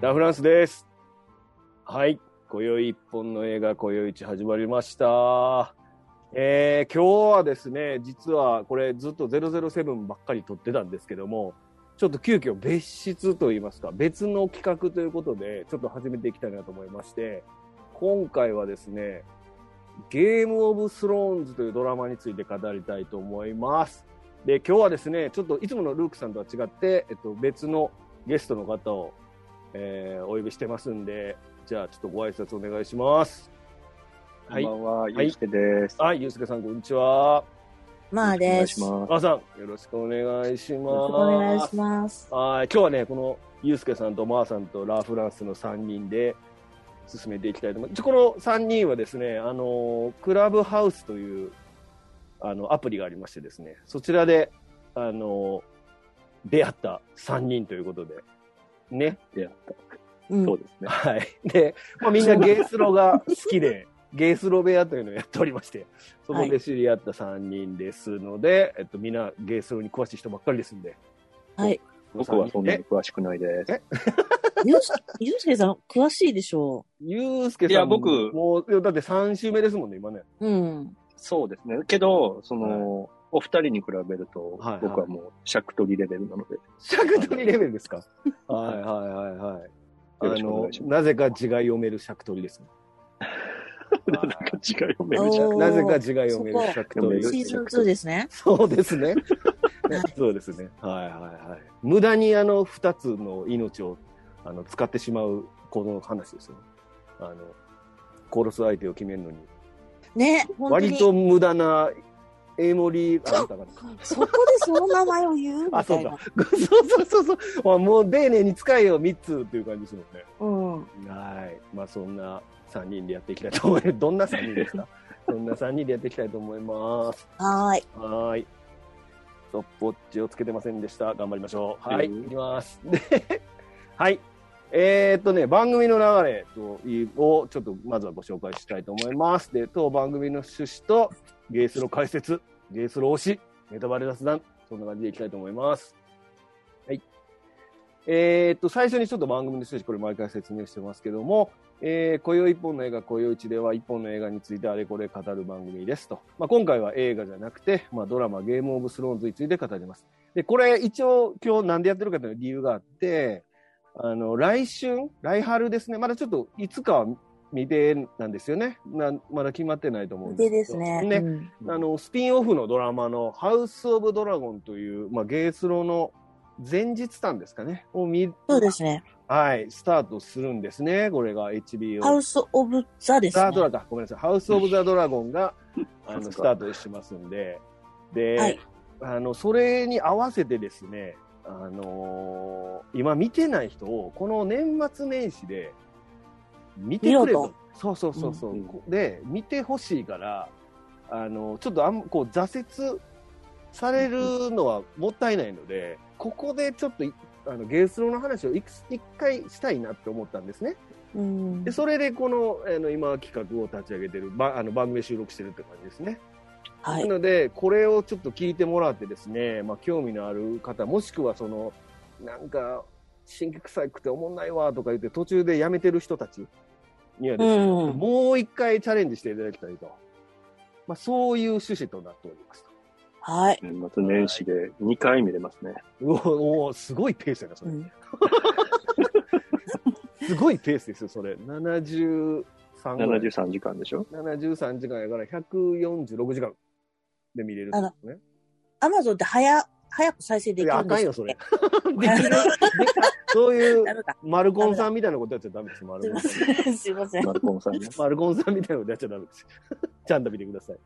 ラ・フランスです。はい。今宵一本の映画、今宵一始まりました。えー、今日はですね、実はこれずっと007ばっかり撮ってたんですけども、ちょっと急遽別室といいますか、別の企画ということで、ちょっと始めていきたいなと思いまして、今回はですね、ゲームオブスローンズというドラマについて語りたいと思います。で、今日はですね、ちょっといつものルークさんとは違って、えっと、別のゲストの方を、えーお呼びしてますんで、じゃあちょっとご挨拶お願いします。はいこんばんは、ゆうすけです。はい、ゆうすけさん、こんにちは。まあお願でいしす。ます。あさん、よろしくお願いします。お願いします。はい、今日はね、このゆうすけさんとまーさんとラ・フランスの3人で進めていきたいと思います。この3人はですね、あのークラブハウスというあのアプリがありましてですね、そちらで、あのー出会った3人ということで、ね、いやうんそうですね。はい。で、まあ、みんなゲースロが好きで、ゲースロ部屋というのをやっておりまして、そこで知り合った3人ですので、えっと、みんなゲースロに詳しい人ばっかりですんで。はい。僕はそんなにえ詳しくないです。ゆうす、ゆうすけさん、詳しいでしょゆうすけさん。いや僕もう、だって3週目ですもんね、今ね。う。うん。そうですね。けど、その、お二人に比べると、はいはい僕はもう、尺取りレベルなので、尺取りレベルですか はいはいはいはい。あよろしくおの願いし、ますなぜか字が読める尺取りですね。 なはんか違いをめるおじゃん。ーいなぜか字が読める尺取りでそこすシーズン2ですね。そうですね。 はいそうですね。はいはいはい。無駄にあの二つの命をあの使ってしまうこの話ですよね。あの殺す相手を決めるのにね、本当に。割と無駄なエモリーあんたがそこでその名前を言うみあたそういだな。。そうそうそうそうまあ。もう丁寧に使えよ三つっていう感じですもんね。うん。はい。まあそんな三人でやっていきたいと思います。どんな三人です か。そんな三人でやっていきたいと思います。はーい。はーい。トップウォッチをつけてませんでした。頑張りましょう。はい。うんいきます。で はい。えーっとね、番組の流れというをちょっとまずはご紹介したいと思います。で、当番組の趣旨とゲースロ解説、ゲースロ推し、ネタバレ雑談、そんな感じでいきたいと思います。はい。えーっと、最初にちょっと番組の趣旨、これ毎回説明してますけども、えー、今宵一本の映画、今宵一では一本の映画についてあれこれ語る番組ですと。まあ、今回は映画じゃなくて、まあ、ドラマ、ゲームオブスローンズについて語ります。で、これ一応今日なんでやってるかという理由があって、あの、来春、来春ですね。まだちょっといつかは未定なんですよね。なまだ決まってないと思うんでけどですね。ね。うんあの、スピンオフのドラマのハウス・オブ・ドラゴンという、まあ、ゲースロの前日談ですかね。を見、そうですね。はい、スタートするんですね。これが HBO。ハウス・オブ・ザですザ・ドね。ラか、ごめんなさい、ハウス・オブ・ザ・ドラゴンがあそのうスかタートしますんで、で、はいあのそれに合わせてですね、あのー今見てない人を、この年末年始で見てく見れろと、そうそうそうそう、うんうで、見てほしいから、あのちょっとあんこう挫折されるのはもったいないので、ここでちょっといあのゲースロの話をいくつ一回したいなって思ったんですね。うんで。それでこのあの今企画を立ち上げてるばあの番組で収録してるって感じですね、は。ないのでこれをちょっと聞いてもらってですね、まあ、興味のある方もしくはそのなんか神経臭くておもんないわとか言って途中でやめてる人たちにはですね、うんもう一回チャレンジしていただきたいと、まあ、そういう趣旨となっておりますとはい。年末年始で2回見れますね。うおおすごいペースやなそれ、うんすごいペースですよそれ73ぐらい73時間でしょ73時間やから146時間で見れるんですね。アマゾンって早、早く再生でいきや、るあんでかすんっよ、けそれ。 で。きないでダメ きだないそういう、ダメだ。マルコンさんみたいなことやっちゃダメです、マすルコいまンさん。せん。すいません。マルコンさんね。マルコンさんみたいなことやっちゃダメです。ちゃんと見てください。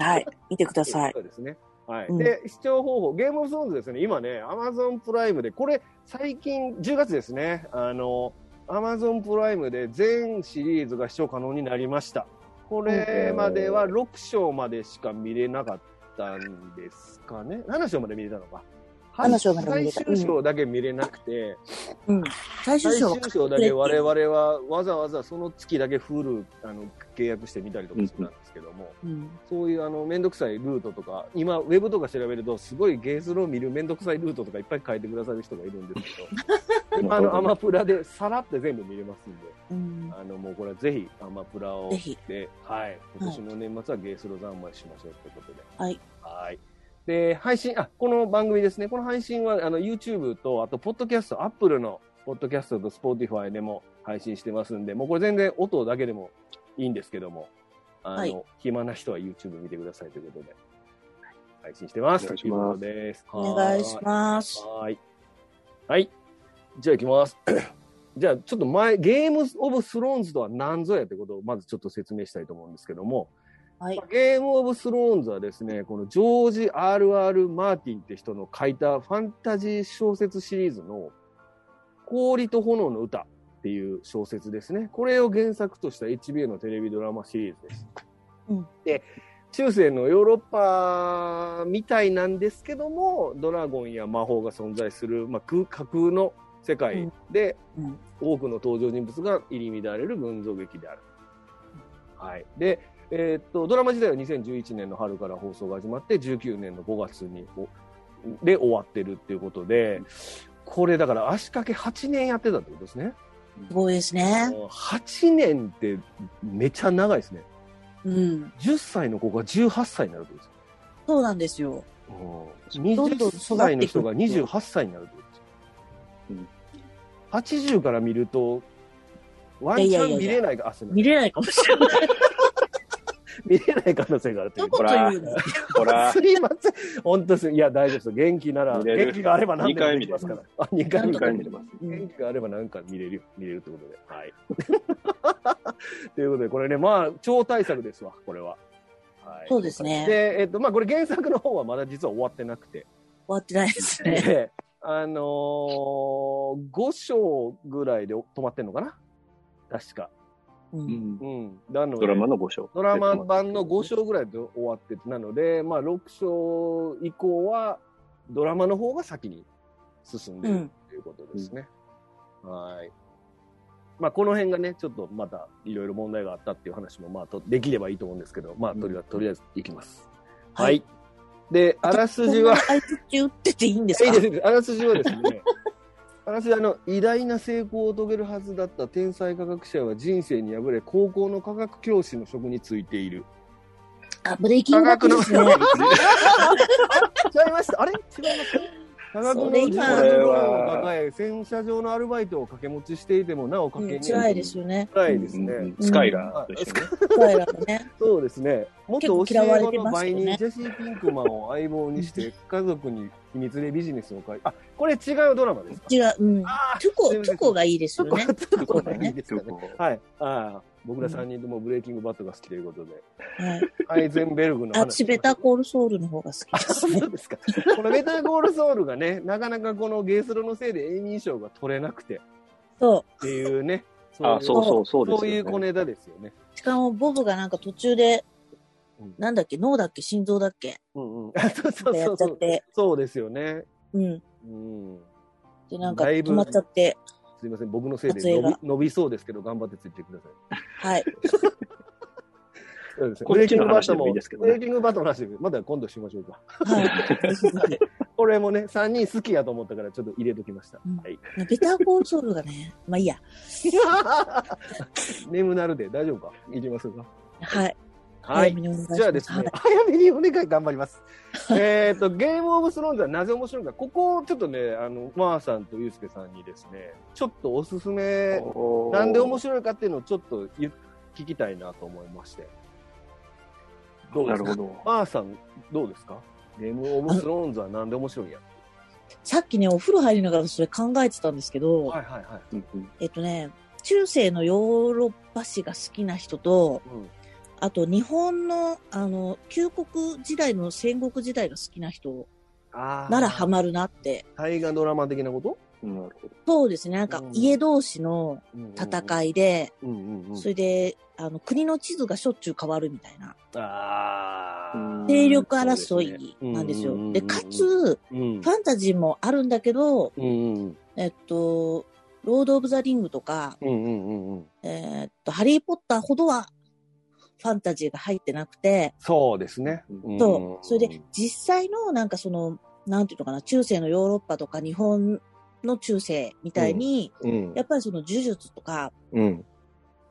はい。見てください。そうですね。はい。うんで、視聴方法、ゲームオブスローンズですね、今ね、アマゾンプライムで、これ、最近、10月ですね、あの、アマゾンプライムで全シリーズが視聴可能になりました。これまでは6章までしか見れなかったんですかね。7章まで見れたのか。最花終章が見れた章だけ見れなくて、うん。最終最章は終章だけ我々はわざわざその月だけフルあの契約してみたりとかするんですけども、うん。そういうあのめんどくさいルートとか、今、ウェブとか調べると、すごいゲースロー見るめんどくさいルートとかいっぱい書いてくださる人がいるんです けど、今あのアマプラでさらって全部見れますんで、うん。あのもうこれはぜひアマプラをぜひで、はい、今年の年末はゲースロ三昧しましょうということで。はい。はい。で、配信、あ、この番組ですね。この配信は、あの、YouTube と、あと、ポッドキャスト、Apple の、ポッドキャストと Spotify でも配信してますんで、もうこれ全然音だけでもいいんですけども、あの、はい暇な人は YouTube 見てくださいということで、配信してます。とお願いいうしこまとすです。お願いします。はい。はい。じゃあ行きます。 じゃあちょっと前、ゲームオブスローンズとは何ぞやってことをまずちょっと説明したいと思うんですけども、はい。ゲームオブスローンズはですね、このジョージ・ R.R. マーティンって人の書いたファンタジー小説シリーズの氷と炎の歌っていう小説ですね。これを原作とした HBO のテレビドラマシリーズです。うんで、中世のヨーロッパみたいなんですけども、ドラゴンや魔法が存在する、まあ、空架空の世界で、うん。多くの登場人物が入り乱れる群像劇である。はい、で、えーっとドラマ自体は2011年の春から放送が始まって19年の5月におで終わってるっていうことでこれだから足掛け8年やってたってことですね。すごいですね。 8年ってめちゃ長いですね。うん。 10歳の子が18歳になるってことそうなんですよ。ですよ。うんどんど20ん育っていく歳の人が28歳になるってことですよ。うん80から見るとワンチャン見れないか、あすいません見れないか もしれない。見れない可能性があるといどう。こと言うの ほらす、いません。本当です。いや、大丈夫です。元気なら、見れる元気があれば何でも見れますから。あ、2回見見れ2れ回る見れます。うん元気があれば何か見れる、見れるってことで。はい。ということ で、これね、まあ、超大作ですわ、これは。はいそうですねで、えっと、まあ、これ原作の方はまだ実は終わってなくて。終わってないですね。で、あのー、5章ぐらいで止まってんのかな確か。う。うんんうん。なのでドラマの5章。ドラマ版の5章ぐらいで終わっててなので、まあ、6章以降はドラマの方が先に進んでうるんということですね。はい。まあ、この辺がね、ちょっとまたいろいろ問題があったっていう話も、まあと、できればいいと思うんですけど、まあ、とりあえず、とりあえずいきます。はい。はいで、あらすじは、あいつって打ってていいんですいかいですいいですあらすじはですね あらすじあの偉大な成功を遂げるはずだった天才科学者は人生に敗れ高校の科学教師の職に就いているあ、ブレイキングバックですね。違いましたあれ違います科学のそれ事今業を抱え洗車場のアルバイトを掛け持ちしていてもなおう掛ん、けに辛いですよね。辛いですね、うんうんスカイラーと一緒にね。辛いだろうね。そうですね元教結構嫌わえれ子てのます売よね人ジェシー・ピンクマンを相棒にして家族に秘密でビジネスを開あこれ違うドラマですか違う、うん。あトゥコ、トゥコがいいですよね。トゥコがいいですそようねはい。ああ、僕ら3人ともブレイキングバットが好きということで、はい。アイゼンベルグの話。あ、チベタコールソウルの方が好きあですねそ。うですか。このベタゴールソウルがね、なかなかこのゲースロのせいでエイミー賞が取れなくてっそていう ね。そういうあ、そうそう、そうですそうよいね。う小ネタです よね。う。しかも、ボブがなんか途中でうん、なんだっけ、脳だっけ、心臓だっけ、うんうん。あそうそうやそっうちゃそっう。て、そうですよね。うん。うん。で、なんかだいぶ止まっちゃって、すいません、僕のせいで撮影伸がび伸びそうですけど、頑張ってついてください。はい。そうですねこっちの話でもいいですけどねブレイキングバットの話でもいいまだ今度しましょうか。はい。 ぜひぜひこれもね、3人好きやと思ったからちょっと入れときました。うんはい。ねベタコールソウルがね、まあいいや。眠なるで大丈夫かいきますかはい。は早めい。にお願いしますじゃあですね、早めにお願い頑張り ます。えっと、ゲームオブスローンズはなぜ面白いのか、ここをちょっとね、あの、まーさんとゆうすけさんにですね、ちょっとおすすめ、おーなんで面白いかっていうのをちょっと言聞きたいなと思いまして。どうでなするかほど。まーさん、どうですかゲームオブスローンズはなんで面白いんやさっきね、お風呂入りながらそれ考えてたんですけど、はいはいはい。うんうんえっとね、中世のヨーロッパ史が好きな人と、うん。あと日本の、あの、旧国時代の戦国時代が好きな人あーならハマるなって。大河ドラマ的なことうんなるほど。そうですね。なんかうん家同士の戦いで、うんうんうんそれで、あの、国の地図がしょっちゅう変わるみたいな、あうんー勢力争いなんですうんよ。で、うんかつ、うんファンタジーもあるんだけど、うんえっと、ロード・オブ・ザ・リングとか、うんうんうんうんえっと、ハリー・ポッターほどはファンタジーが入ってなくて、そうですね。そう。それうでん、実際の、なんかその、なんていうのかな、中世のヨーロッパとか日本の中世みたいに、うんやっぱりその呪術とか、うん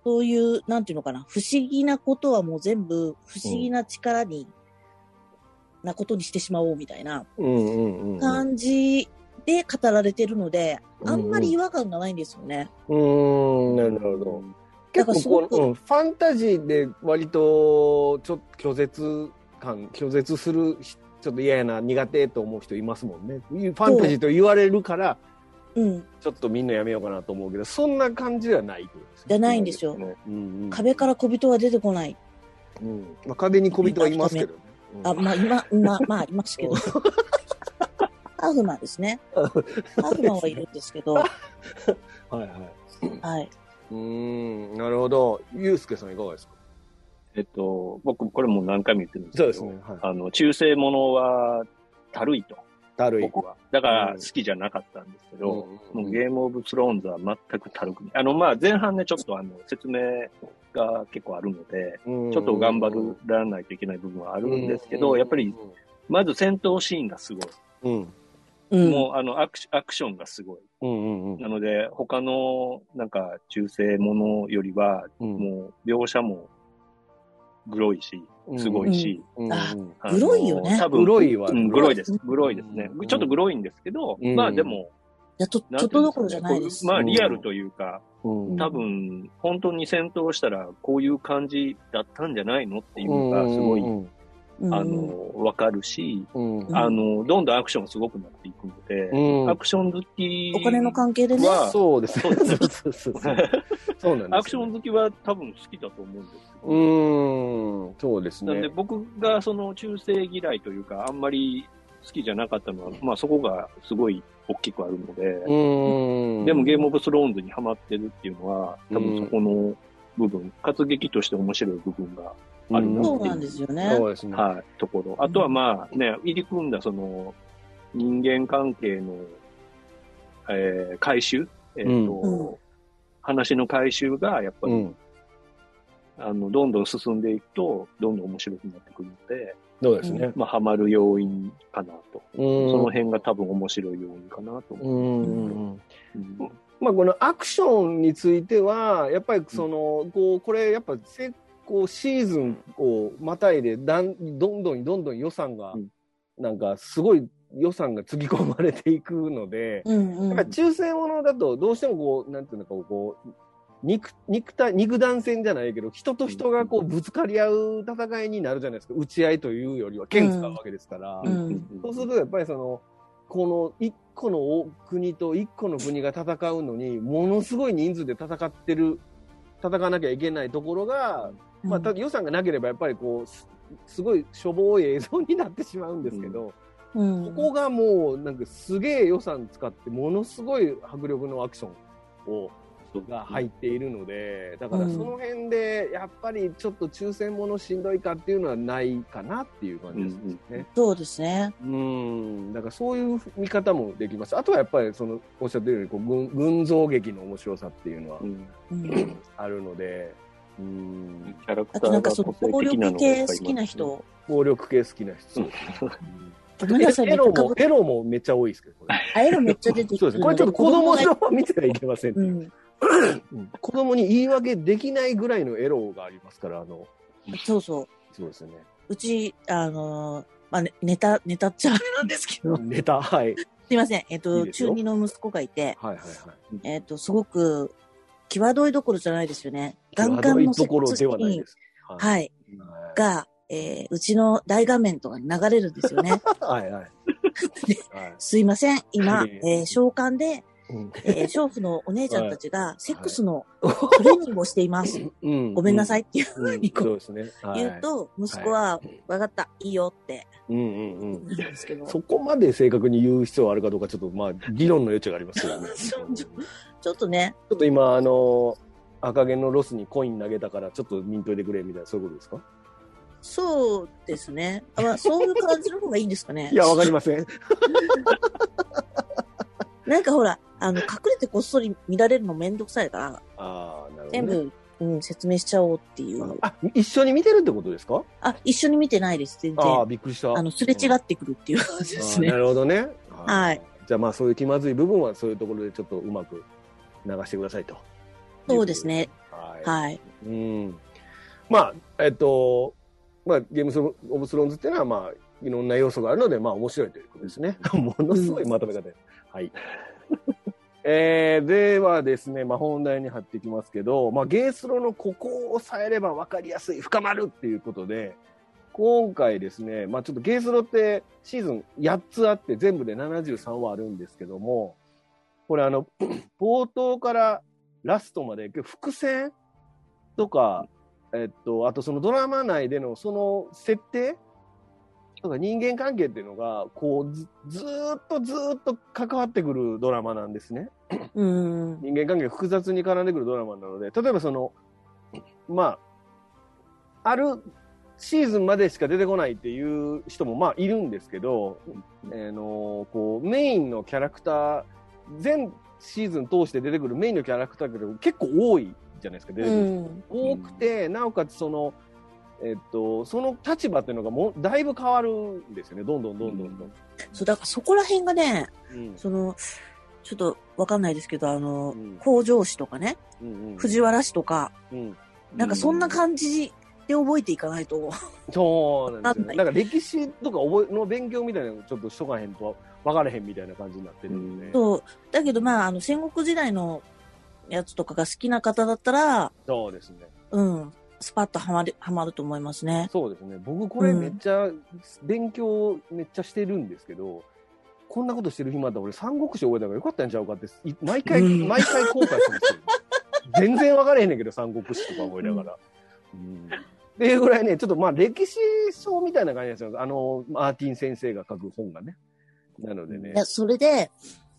そういう、なんていうのかな、不思議なことはもう全部、不思議な力に、なことにしてしまおうみたいなうんうんうんうん感じで語られてるので、うんあんまり違和感がないんですよね。うーんなるほど。結だ構からすごくこう、うん、ファンタジーで割とちょっと拒絶感拒絶するひちょっと嫌やな苦手と思う人いますもんね。ファンタジーと言われるからうん。ちょっとみんなやめようかなと思うけどそんな感じではないってことですねじゃないんですよ。ねうんうん壁から小人は出てこない。うんまあ、壁に小人はいますけどね。あ、まあ、今、まあ、まあ、いますけど。ハーフマンですね。ハーフマンはいるんですけど、はうんはいはい。い。うーんなるほど。ゆうすけさんいかがですかえっと、僕、これもう何回も言ってるんですけど、。はい。あの、中世ものは、たるいと、だるい。僕は。だから、うん好きじゃなかったんですけど、うんもうゲームオブスローンズは全くたるくない。あの、まあ、前半ね、ちょっとあの、説明が結構あるので、ちょっと頑張らないといけない部分はあるんですけど、やっぱり、、まず戦闘シーンがすごい。うんうん。もう、あのアクシ、アクションがすごい。うんうんうんなので、他の、なんか、中世ものよりは、うんもう、描写も、グロいし、うんすごいし。うんあうんあのグロいよね多分グロいはうん、グロいです。グロいですね。うんちょっとグロいんですけど、うんまあでも、いや、と、ちょなっんていとうんすかねどころじゃないです。こうまあリアルというか、うん多分、本当に戦闘したら、こういう感じだったんじゃないのっていううんのが、すごい、うんうんあ、の、わかるし、うんうんんあの、どんどんアクションすごくなっていくので、うんアクション好き。お金の関係でね。はそうですそうですそうそうそうそうそうなんですよアクション好きは多分好きだと思うんですようーんそうですなんでね僕がその中世嫌いというか、あんまり好きじゃなかったのは、まあそこがすごい大きくあるので、うーんでもゲームオブスローンズにハマってるっていうのは、多分そこの部分、活劇として面白い部分が、あるなそうなんですよね。そうですねはい、ところ。あとはまあね、入り組んだその人間関係の、えー回収、えーとうんうん話の回収がやっぱり、うんあの、どんどん進んでいくと、どんどん面白くなってくるので、そうですねまあ、ハマる要因かなと。そその辺が多分面白い要因かなとう思んうう。んうんうんまあ、このアクションについては、やっぱりその、こう、これやっぱせ、こう、シーズンをまたいで、だん、どんどんどんどん予算が、うんなんか、すごい予算がつぎ込まれていくので、うんうやんっぱ。中性ものだと、どうしてもこう、なんていうのか、こう、肉、肉体、肉弾戦じゃないけど、人と人がこう、ぶつかり合う戦いになるじゃないですか。打ち合いというよりは、剣使うわけですから。うんそうするとやっぱりそのこの1個の国と1個の国が戦うのにものすごい人数で戦ってる戦わなきゃいけないところが、まあ、ただ予算がなければやっぱりこうすすごいしょぼい映像になってしまうんですけど、うん、ここがもうなんかすげえ予算使ってものすごい迫力のアクションをが入っているのでだからその辺でやっぱりちょっと抽選ものしんどいかっていうのはないかなっていう感じですね。うんそうですね。うん、だからそういう見方もできます。あとはやっぱりそのおっしゃってるようにこう群群像劇の面白さっていうのはうんうん、あるので、うん、キャラクあタとなーんかがそ個の性暴的なの力がや系っぱ好りきな人。暴力系好きな 人。ごめんなさい、エエめっちロゃかぶもっエロもめっちゃ多いですけど、これ。あエロめっちゃ出てくる。そうですね。これちょっと子供がの見てはいけません、うん。うん子供に言い訳できないぐらいのエロがありますから、あの、そうそう。そうですよね。うち、あのーまあ、ねネタ、ネタっちゃあれなんですけど。すネタ、はい。いません。いえっ、いと、ですよ中二の息子がいて、はいはいはい。えっ、と、すごく、際どいどころじゃないですよね。ガンガ際どンいのセとこッろクスシではないーンで。す。い。はい。はが、えーうちの大画面とかに流 れるんですよね。い。はいはい。はいすいません、今、ええー召喚で、うんえー、娼婦のお姉ちゃんたちがセックスのトレーニングをしています。うんごめんなさい。いっていううんうんにこうそうですね。はい言う、と、息子は、わかった、いいよってうんうんう。言うんんですけど、そこまで正確に言う必要はあるかどうか、ちょっとまあ、議論の余地がありますけどね。 そうんうちょちょっとね、っと今、あの、赤毛のロスにコイン投げたから、ちょっと見んといてくれみたいな、そういうことですかそうですね。あまあ、そういう感じの方がいいんですかね い。や、わかりません。なんかほら、あの、隠れてこっそり見られるのめんどくさいから、ああ、なるほど、ね。全部、うん、説明しちゃおうっていう。あ、一緒に見てるってことですかあ、一緒に見てないです、全ああ、然。びっくりした。あの、すれ違ってくるっていう感じですあーねな。るほどね。。はいじゃあまあそういう気まずい部分はそういうところでちょっとうまく流してくださいと。 そうですね。はい。はい。うん。まあ、えっと、まあゲームスロオブスローンズっていうのはまあいろんな要素があるのでまあ面白いということですね。ものすごいまとめ方で。はい。えー、ではですね、まあ、本題に貼っていきますけど、まあ、ゲースロのここを抑えれば分かりやすい、深まるっていうことで、今回ですね、まあ、ちょっとゲースロってシーズン8つあって、全部で73話あるんですけども、これあの、 冒頭からラストまで、伏線とか、えっと、あとそのドラマ内でのその設定とか人間関係っていうのが、こうず、ずーっとずーっと関わってくるドラマなんですね。うん。人間関係が複雑に絡んでくるドラマなので例えばそのまああるシーズンまでしか出てこないっていう人もまあいるんですけど、あのこうメインのキャラクター全シーズン通して出てくるメインのキャラクターけど結構多いじゃないですか出てうくる人ん。多くて、なおかつその、えっと、その立場っていうのがもうだいぶ変わるんですよねどんどんどんどんどん。そう、だからそこら辺がね、うんその、ちょっとわかんないですけど、あのう、ん工場市とかね、うんうん藤原市とか、うんなんかそんな感じで覚えていかないと。そうなんですよ、ね。わなかんか歴史とか覚えの勉強みたいなのちょっとしとかへんと分からへんみたいな感じになってるんで、ね。そう。だけどまあ、あの、戦国時代のやつとかが好きな方だったら、そうですね。うん、スパッとはまる、はまると思いますね。そうですね。僕これめっちゃ、勉強めっちゃしてるんですけど、こんなことしてる暇あったら俺三国志覚えた方がよかったんちゃうかって、い毎回、うん毎回後悔してます よ。全然分からへんねんけど、三国志とか覚えながら。うんっていうぐらいね、ちょっとまあ歴史書みたいな感じなんですよ。あの、マーティン先生が書く本がね。なのでねい。や、それで、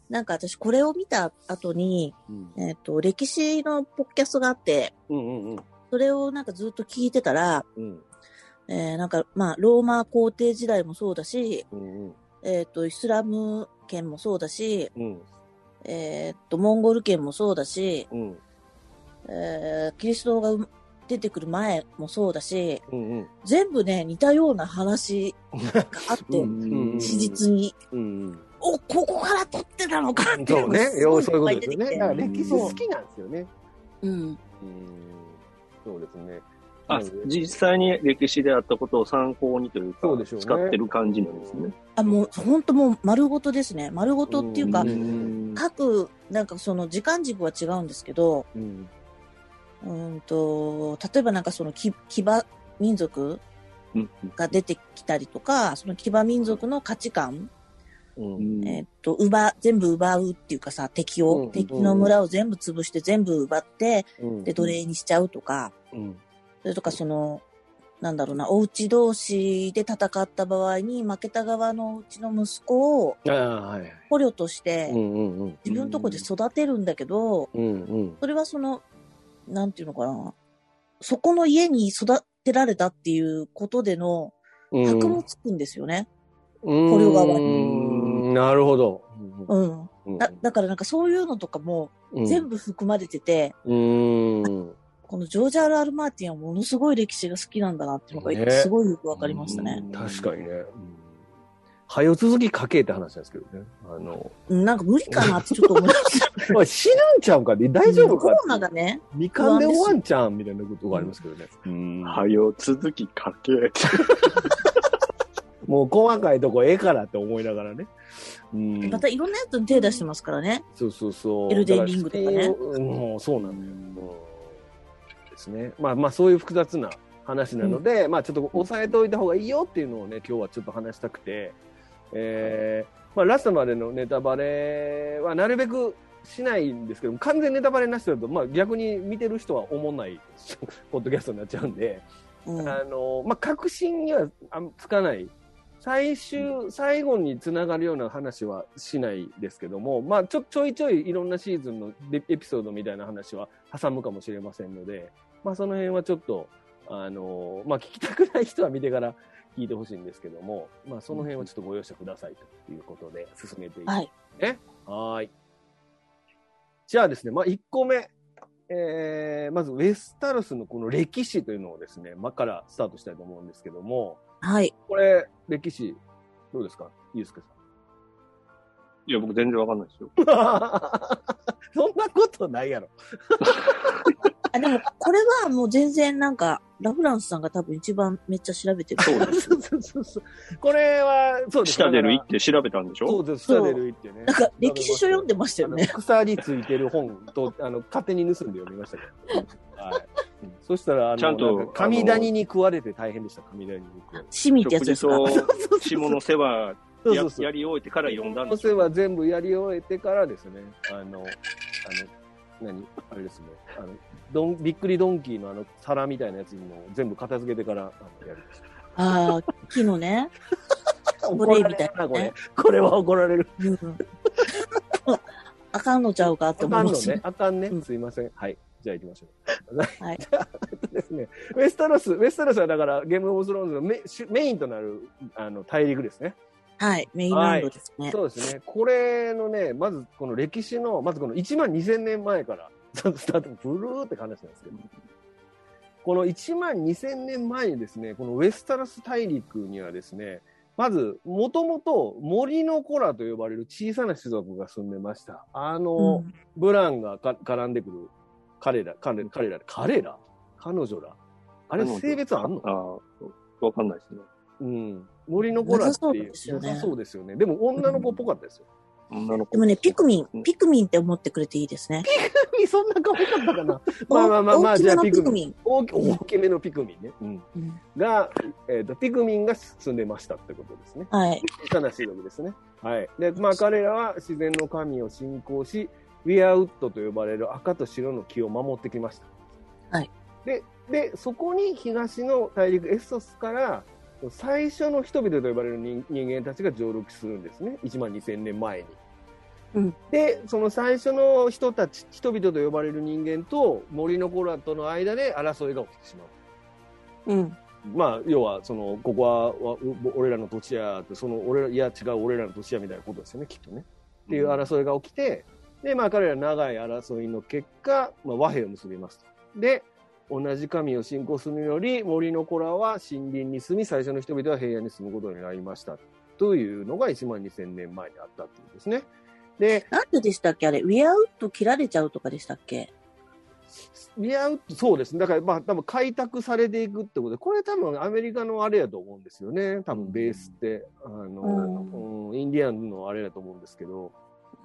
なんか私これを見た後に、うんえっ、と、歴史のポッキャストがあって、うんうんうん。それをなんかずっと聞いてたら、うんえーなんかまあ、ローマ皇帝時代もそうだし、うんうん。えっ、と、イスラム圏もそうだし、うんえっ、と、モンゴル圏もそうだし、うんえーキリストが生ま出てくる前もそうだし、うんうん全部ね、似たような話があって、 うん史実に、うんうんお、ここから撮ってたのかっていそう うのね、がす要ごはいそういうこといっぱい出でてすきよね。だてから歴史好きなんですよね。うん。うんそうですね。あ、実際に歴史であったことを参考にというか、そうでしょうね使ってる感じなんですね。あ、もう、ほんともう丸ごとですね。丸ごとっていうかん、各、なんかその時間軸は違うんですけど、うんうーんと、例えばなんかその騎騎馬民族うんが出てきたりとか、その騎馬民族の価値観、うんえっと、奪、全部奪うっていうかさ、敵を、うん敵の村を全部潰して全部奪って、うんで、奴隷にしちゃうとか、うんそれとかその、なんだろうな、お家同士で戦った場合に、負けた側のうちの息子をああ、はいはい。捕虜としてう、んうんうん自分のとこで育てるんだけど、うんうんそれはその、なんていうのかな、そこの家に育てられたっていうことでの、うん箔もつくんですよね。うん捕虜側うんなるほど。うん。だだからなんかそういうのとかも全部。部含まれてて、うん。このジョージ・アール・アル・マーティンはものすごい歴史が好きなんだなっていうのねが、すごいよくわかりましたね。確かにね。うんはよ続き書けって話なんですけどね。あの、 うんなんか無理かなってちょっと思いました。おい死なんちゃうかで 大丈夫コかってロナがね、未完で終わんちゃうんみたいなことがありますけどね。はよ、続き書け。もう細かいとこええからって思いながらね。うんまたいろんなやつに手出してますからね。そうそうそう。エルデンリングとかねだらスピンオフうんもうそうなんだよ。もうですね。まあまあそういう複雑な話なので、まあちょっと押さえておいた方がいいよっていうのをね、今日はちょっと話したくて、えーまあラストまでのネタバレはなるべくしないんですけど、完全ネタバレなしだと、まあ、逆に見てる人は思んない ポッドキャストになっちゃうんで、うんあのまあ、確信にはあんつかない。最終、最後につながるような話はしないですけども、まあ、ちょ、ちょいちょいいろんなシーズンのエピエピソードみたいな話は挟むかもしれませんので、まあ、その辺はちょっと、あのまあ、聞きたくない人は見てから聞いてほしいんですけども、まあ、その辺はちょっとご容赦くださいということで、進めていきはい。はーい。じゃあですね、まあ、1個目。えーまず、ウェスタロスのこの歴史というのをですね、まあからスタートしたいと思うんですけども、はい。これ、歴史、どうですかゆうすけいや、僕全然わかんないですよ。 さん。そんなことないやろ。あ、でも、これはもう全然なんか、ラフランスさんが多分一番めっちゃ調べてる。そうですそうそうそうそう。これは、そうです下出る一だから手調べたんでしそょうです、下出る一手ね。なんか、歴史書読んでましたよね。あの草についてる本と、あの、勝手に盗んで読みましたけど。はい。うんそしたら、あの、ちゃんとなんか神谷に食われて大変でした、神谷に食われて。趣味ってや食つ事ですかと下の世話そうやそうそう。やり終えてから読んだんですそういえよ。ば全部やり終えてからですね、あの、あの、何あれですね、あの、どん、びっくりドンキーのあの、皿みたいなやつにも全部片付けてから、あの、やりましああ、木の ね。た。ボレーみたいな、なねこれ。これは怒られる。うん。 あかんのちゃうかってあ思かいんまのすねね。。あかんねう。んすいません。はい。じゃあ行きましょう。はいじゃ あえっとですね、ウェスタロス、ウェスタロスはだから、ゲームオブスローンズのメ主メインとなる、あの、大陸ですね。はい。メインランドですね。そうですね。これのね、まずこの歴史の、まずこの1万2000年前から、スタート、ブルーって話なんですけど、この1万2000年前にですね、このウェスタロス大陸にはですね、まず、もともと森の子らと呼ばれる小さな種族が住んでました。あの、うんブランがか絡んでくる彼ら、彼ら、彼ら、彼ら彼女らあれ彼女性別あんのああ、わかんないですね。うん。森の子らっていう。なさそうですよねなさそうですよね。でも女の子っぽかったですよ。女の子でもね、ピクミうン、んピクミンって思ってくれていいですね。そんな可愛かったかな まあまあまあまあ、大きじゃめあのピピククミン。ミン。大き大きめのピクミンね。うんが、えっ、と、ピクミンが住んでましたってことですね。はい。小さな種族ですね。はい。で、まあ彼らは自然の神を信仰し、ウィアウッドと呼ばれる赤と白の木を守ってきました。はい。で、で、そこに東の大陸エッソスから、最初の人々と呼ばれる人人間たちが上陸するんですね。1万2000年前に。うんで、その最初の人たち、人々と呼ばれる人間と森の子らとの間で争いが起きてしまう。うん。まあ、要は、その、ここはわ、う俺らの土地や、その、俺ら、いや、違う、俺らの土地や、みたいなことですよね、きっとね。っていう争いが起きて、で、まあ、彼ら長い争いの結果、まあ、和平を結びますと。で、同じ神を信仰するより、森の子らは森林に住み、最初の人々は平野に住むことになりました。というのが1万2000年前にあったっていうんですね。で、なんででしたっけあれ、ウィアウッド切られちゃうとかでしたっけ見合うそうですね。だから、まあ、多分開拓されていくってことで、これ多分アメリカのあれやと思うんですよね。多分ベースって、あの、うんうんインディアンのあれだと思うんですけど。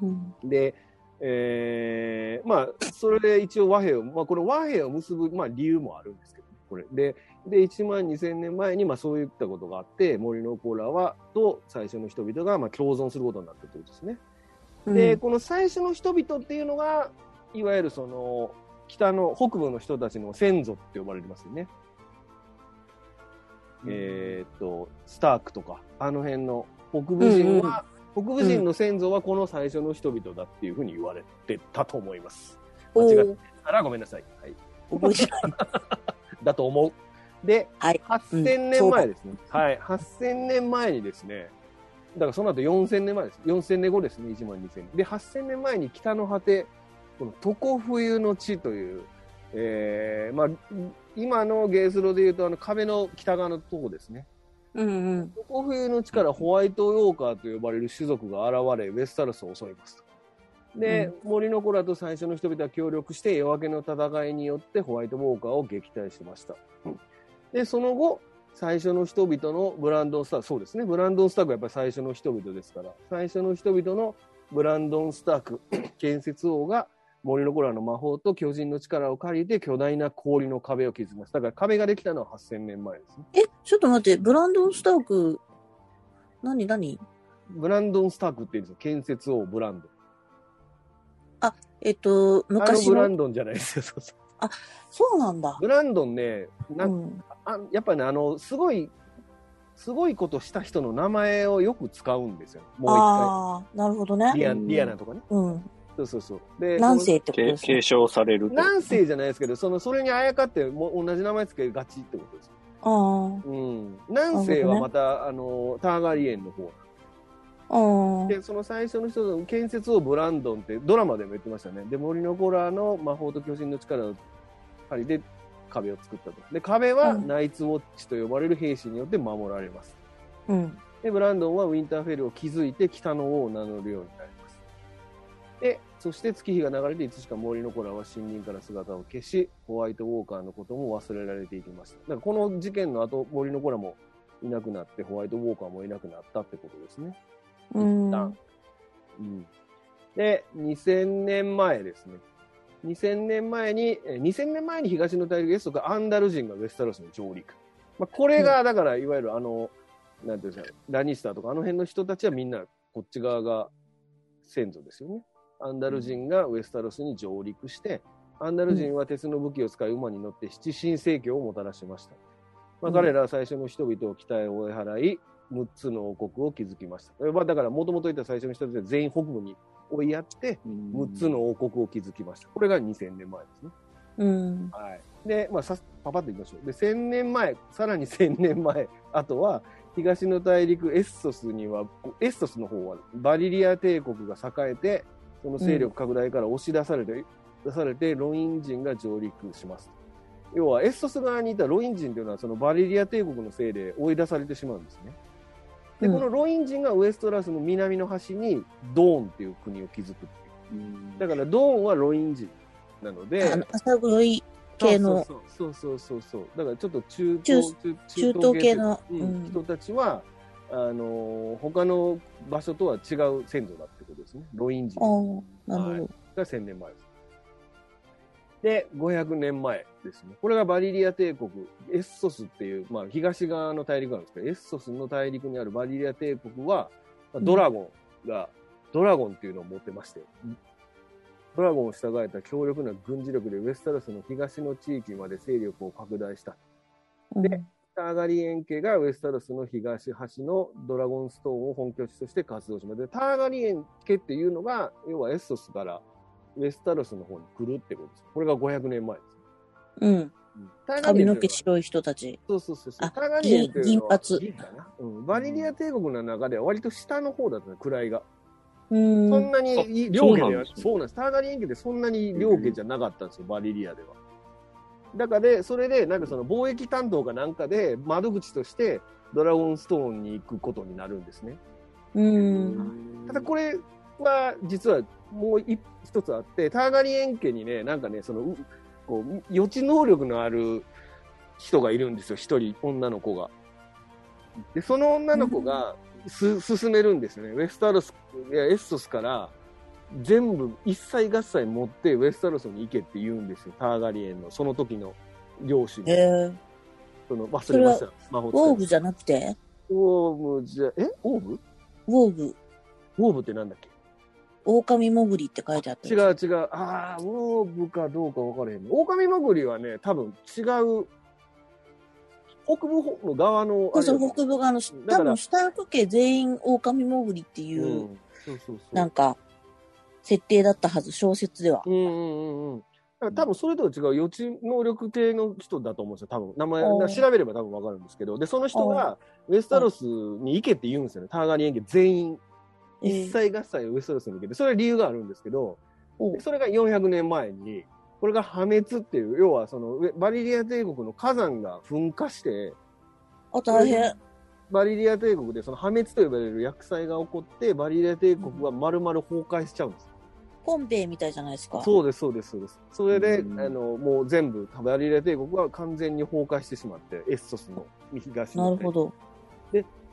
うん。で、えーまあ、それで一応和平を、まあ、この和平を結ぶ、まあ、理由もあるんですけどね、これ。で、で、1万2000年前に、まあ、そういったことがあって、森の子らは、と最初の人々が、まあ、共存することになったということですね。で、この最初の人々っていうのが、いわゆるその、北の、北部の人たちの先祖って呼ばれてますよね。えーっと、スタークとか、あの辺の北部人は、北部人の先祖はこの最初の人々だっていうふうに言われてたと思います。お間違ー、あら、ごめんなさい。はい。覚えてない。だと思う。で、はい8000年前ですね。はい。8000年前にですね、だからその後4000年前です。4000年後ですね、1万2000年。で、8000年前に北の果て、この床冬の地という、えー、まあ、今のゲースロで言うと、あの壁の北側のとこですね。うんうん。床冬の地からホワイトヨーカーと呼ばれる種族が現れ、ウェスタロスを襲います。で、森の子らと最初の人々は協力して夜明けの戦いによってホワイトウォーカーを撃退しました。で、その後、最初の人々のブランドン・スターク、そうですね、ブランドン・スタークはやっぱり最初の人々ですから、最初の人々のブランドン・スターク 建設王が森の子らの魔法と巨人の力を借りて巨大な氷の壁を築きます。だから壁ができたのは8000年前ですね。 え、ちょっと待って、ブランドン・スターク、何何ブランドン・スタークって言うんですよ。建設王ブランドン。えっと、あの昔ブラの。ンドンじゃないですよ。そうそうそうなんだ。ブランドンね、なうんん。あやっぱね、あの、すごい、すごいことした人の名前をよく使うんですよ。もう一ああ、なるほど回。ね。リアうんリアナとかね。うん。そうそうそう。で、何世ってことけですね継。承されると。何世じゃないですけど、その、それにあやかっても同じ名前つけがちってことです。あうん。何世はまた、あの、ターガリエンの方あ、ああ。でその最初の人の建設をブランドンってドラマでも言ってましたねで森の子らの魔法と巨人の力を借りて壁を作ったとで壁はうんナイツウォッチと呼ばれる兵士によって守られますうん。でブランドンはウィンターフェルを築いて北の王を名乗るようになりますでそして月日が流れていつしか森の子らは森林から姿を消しホワイトウォーカーのことも忘れられていきましただからこの事件の後森の子らもいなくなってホワイトウォーカーもいなくなったってことですねうん。旦うんで、2000年前ですね。2000年前に、えー2000年前に東の大陸ですとか、アンダル人がウェスタロスに上陸。まあ、これが、だから、いわゆるあの、なんていうんですか、ラニスターとか、あの辺の人たちはみんな、こっち側が先祖ですよね。アンダル人がウェスタロスに上陸して、アンダル人は鉄の武器を使い馬に乗って七神聖教をもたらしました。まあ、うん彼らは最初の人々を北へ追い払い、6つの王国を築きました。まあ、だから、もともといた最初の人たちは全員北部に追いやって、うん6つの王国を築きました。これが2000年前ですね。うん。はい。で、まあ、さパパッといきましょう。で、1000年前、さらに1000年前、あとは、東の大陸エッソスには、こエッソスの方は、バリリア帝国が栄えて、その勢力拡大から押し出されて、出されて、ロイン人が上陸します。要は、エッソス側にいたロイン人というのは、そのバリリア帝国のせいで追い出されてしまうんですね。で、うんこのロイン人がウエストラスの南の端に、ドーンっていう国を築くっていう。うんだから、ドーンはロイン人なので、あの、朝黒い系の。そうそうそうそうそうだからちょっと中中東中中中東系の東系のうんうん人たちは、あのー他の場所とは違う先祖だってことですねロイン人ああ、なるほはいど。が1000年前ですで500年前ですねこれがバリリア帝国エッソスっていう、まあ、東側の大陸なんですけどエッソスの大陸にあるバリリア帝国はまあドラゴンが、ドラゴンっていうのを持ってましてドラゴンを従えた強力な軍事力でウェスタロスの東の地域まで勢力を拡大したうんターガリエン家がウェスタロスの東端のドラゴンストーンを本拠地として活動します。で、ターガリエン家っていうのが、要はエッソスからウェスタロスの方に来るってことです。これが500年前です。うん。ターガリエ髪ンのって毛いう白い人たち。のはそうそうそうそう。あターガリエンっていうのは銀銀かな、うん。バリリア帝国の中では割と下の方だったね、位が。うそんん。なにあ両家ではそうなんですねそうなんです。ターガリエン家でそんなに両家じゃなかったんですよ、バリリアでは。だからで、それで、なんかその貿易担当かなんかで、窓口としてドラゴンストーンに行くことになるんですね。うん。ただこれは実はもう一一つあって、ターガリエン家にね、なんかね、そのうこう予知能力のある人がいるんですよ、一人、女の子が。で、その女の子がす、進めるんですよね。ウェスタロス、いや、エッソスから全部一切合切持ってウェスタロスに行けって言うんですよ、ターガリエンの、その時の領主えに。ー、その忘れました、魔ウォ法使ーいグじゃなくてオーブじゃ、えオーブウォーグ、オーブってなんだっけ狼潜りって書いてあった違やつ。う違う。ああ、オーブかどうか分からへんね。狼潜りはね、多分違う、北部の側のあそうれだそよ、う、北部側の、だか多ら分、下請け全員狼潜りっていう、うん。そうそうそう。なんか、設定だったはず、小説では。うんうんうんうん。だから多分それとは違う予知能力系の人だと思うんですよ、多分。名前、おー調べれば多分分かるんですけど。で、その人が、ウェスタロスに行けって言うんですよね。ターガニエン家全員。え一ー切合切ウエストロスに向けて、それは理由があるんですけど、おうでそれが400年前に、これが破滅っていう、要はそのウェバリリア帝国の火山が噴火して、あ、大変。バリリア帝国でその破滅と呼ばれる厄災が起こって、バリリア帝国は丸々崩壊しちゃうんです。ポンペイみたいじゃないですか。そうです、そうです、そうです。それで、うんあの、もう全部、バリリア帝国は完全に崩壊してしまって、エッソスの東なのるほど。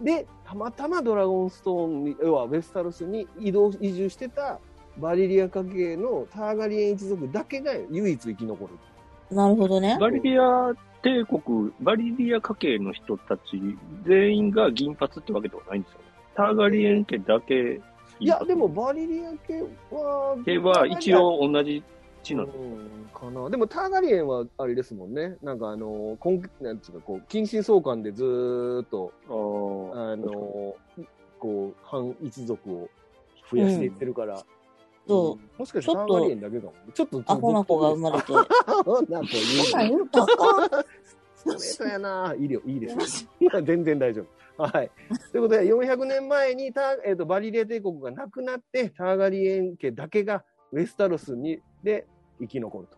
で、たまたまドラゴンストーンに、要はウェスタロスに移動、移住してたバリリア家系のターガリエン一族だけが唯一生き残る。なるほどね。バリリア帝国、バリリア家系の人たち全員が銀髪ってわけではないんですよね。ターガリエン家だけいや、でもバリリア系は、系は一応同じ地うなんの。かな。でもターガリエンはあれですもんね。なんかあの、こんなんつうかこう、近親相関でずーっと、あーあの、こう、反一族を増やしていってるから。そうんもしかしてターガリエンだけかも。ちょっとアホな子が生まれて。アホ な子そんな言んう言うたらあかんな。ストレートやな。いいよ、いいですよ。 全然大丈夫。はい。ということで、400年前にター、えー、とバリレー帝国がなくなって、ターガリエン家だけがウェスタロスにで生き残る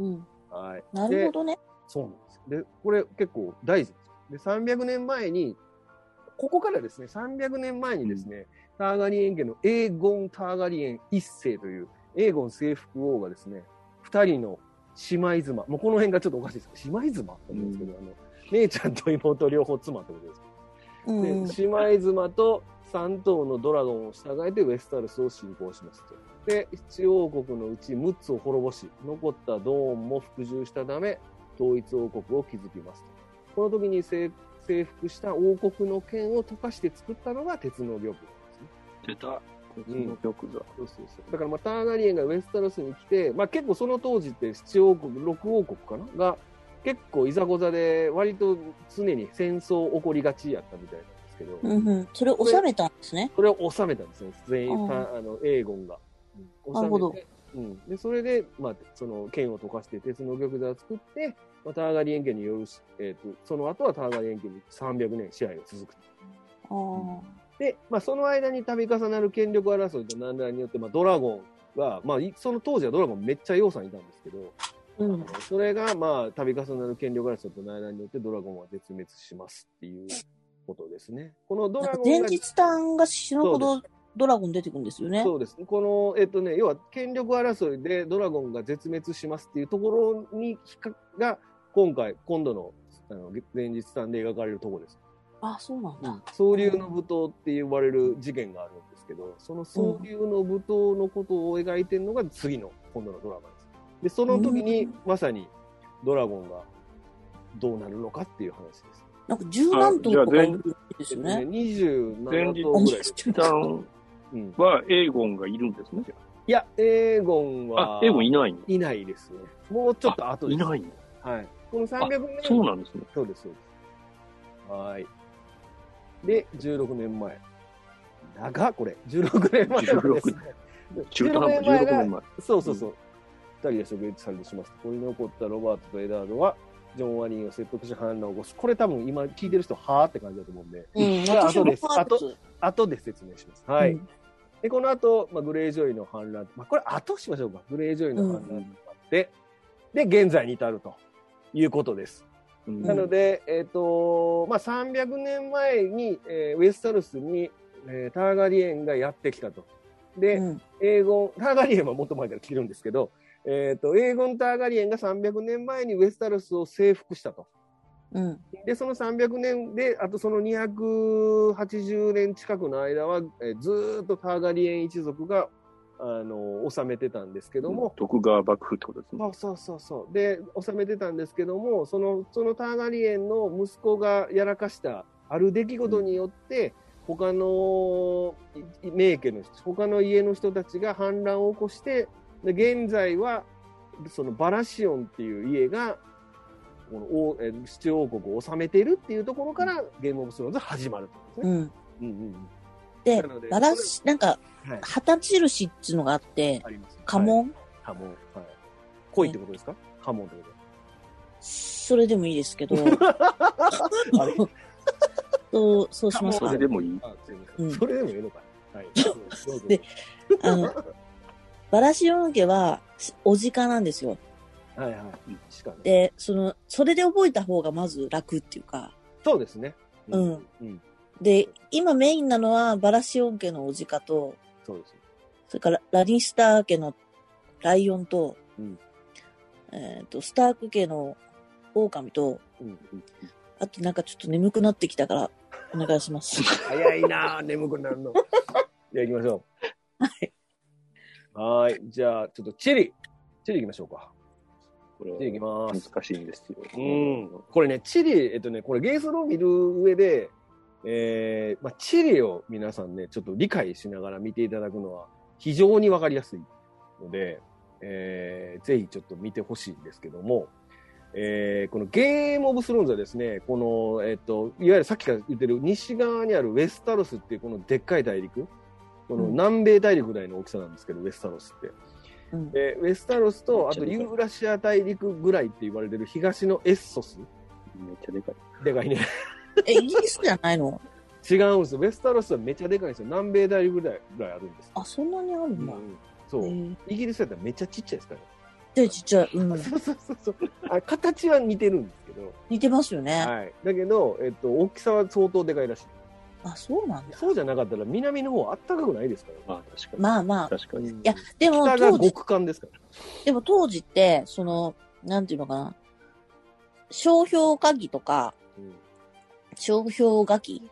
うん。と。はい。なるほどね。そうなんですよ。で、これ結構大事です。で、300年前に、ここからですね、300年前にですね、ターガリエン家のエーゴン・ターガリエン一世という、エーゴン征服王がですね、二人の姉妹妻、もうこの辺がちょっとおかしいです。姉妹妻って思うんですけど、あの、姉ちゃんと妹両方妻ってことです。うん。で、姉妹妻と3頭のドラゴンを従えてウェスタルスを侵攻しますと。で、七王国のうち6つを滅ぼし、残ったドーンも服従したため、統一王国を築きますと。この時に征征服した王国の剣を溶かして作ったのが鉄の玉なんですね。出た。鉄の玉そ座。うそうそう。だから、まあ、ターガリエンがウェスタロスに来て、まあ、結構その当時って七王国、六王国かなが、結構いざこざで、割と常に戦争起こりがちやったみたいなんですけど、うんうん。それを収めたんですね。それを収めたんですね、全員、あーたあのエーゴンが。うんなるほ収どめてうん、でそれで、まあ、その剣を溶かして鉄の玉座を作って、まあ、ターガリエン家によるし、えー、とその後はターガリエン家に300年支配が続くああ。で、まあ、その間に度重なる権力争いと何らによって、まあ、ドラゴンが、まあ、いその当時はドラゴンめっちゃ要さんいたんですけど、うん。それが、まあ、度重なる権力争いと何らによってドラゴンは絶滅しますっていうことですね。このドなんラかゴ前ンが、日ターンが死ぬほそどドラゴン出てくるんですよね。そうですね。この、えっとね、要は権力争いでドラゴンが絶滅しますっていうところに、ひかが、今回、今度の、あの、前日さんで描かれるところです。あ、そうなんだ。総流の舞踏って呼ばれる事件があるんですけど、その総流の舞踏のことを描いてるのが次の今度のドラマです。で、その時にうんまさにドラゴンがどうなるのかっていう話です。なんか十何頭とかいるんですよね。 27頭前日ぐらいです。一旦うん、はエーゴンがいるんですね。いや、エーゴンはあ、エーゴンいないのいないですね。もうちょっと後でいす。ないのはい。この300年そうなんですね。そうです、そうです。はーい。で、16年前。長っこれ。16年前なんです、ね。中途半端、 16 16年年前。前。そうそうそう。二、人が職役されてしまった。これに残ったロバートとエダードは、ジョン・ワニーを説得し反乱を起こす。これ多分今聞いてる人、はーって感じだと思うんで、うん。あ私そうもですパートツ後で説明します。はい。うんで、この後、まあ、グレージョイの反乱。まあ、これ後しましょうか。グレージョイの反乱があって、で、現在に至るということです。うんなので、えっ、とまあ、300年前に、えーウェスタルスに、えーターガリエンがやってきたと。で、うん。エーゴン、ターガリエンはもっと前から来てるんですけど、えっ、と、エーゴン・ターガリエンが300年前にウェスタルスを征服したと。うん。で、その300年で、あとその280年近くの間は、えーずーっとターガリエン一族が、あの治めてたんですけども、徳川幕府ってことですね。そうそうそうそう。で、収めてたんですけども、その、そのターガリエンの息子がやらかしたある出来事によって、他のい名家の人、他の家の人たちが反乱を起こして、で現在は、そのバラシオンっていう家が、この王えー七王国を治めているっていうところから、ゲームオブスローンズ始まるってことですうね。ん。うんうんうん。でなので、バラし、なんか、はい。旗印っていうのがあって、あります。家はい。紋、家紋。はい。恋ってことですか家紋ってことそれでもいいですけど、 あれ そう、そうしますそかれ。でもいい。あすいまうんそれでもいいのかい。はい。 どうぞであの、バラシオン家は、おじかなんですよ。はいはい。しかねで、その、それで覚えた方がまず楽っていうか、そうですね。うん。うん。で、今メインなのは、バラシオン家のおじかと、そうです。それからラニスター家のライオンと、うんえっ、と、スターク家の狼と、うん。あとなんかちょっと眠くなってきたから、お願いし ます。早いなぁ、眠くな るの。じゃあ行きましょはい。う。はーい。じゃあ、ちょっとチェリー。チェリー行きましょうか。これチェリー行きます。難しいんですよ。うん。これね、チリ、えっとね、これゲースロー見る上で、えーまあ、地理を皆さんね、ちょっと理解しながら見ていただくのは非常にわかりやすいので、えーぜひちょっと見てほしいんですけども、えーこのゲームオブスローンズはですね、この、えっ、と、いわゆるさっきから言ってる西側にあるウェスタロスっていうこのでっかい大陸、このうん南米大陸ぐらいの大きさなんですけど、ウェスタロスって。うんでウェスタロスと、あとめっちゃでユかいーラシア大陸ぐらいって言われてる東のエッソス。めっちゃでかい。でかいね。え、イギリスじゃないの違うんですよ。ウェスタロスはめっちゃでかいんですよ。南米大陸ぐらいぐらいあるんですよ。あ、そんなにあるんだ。そう、えーイギリスだったらめっちゃちっちゃいですから、ちっちゃいちっちゃい。うん。そうそうそうそうあ形は似てるんですけど、似てますよね。はい、だけど、えっと、大きさは相当でかいらしいあ、そうなんだ。そうじゃなかったら南の方あったかくないですから、まあ確かに。まあまあ。確かに。いやでも、北が当時、極寒ですからでも当時って、その、なんていうのかな。商標鍵とか、商標書き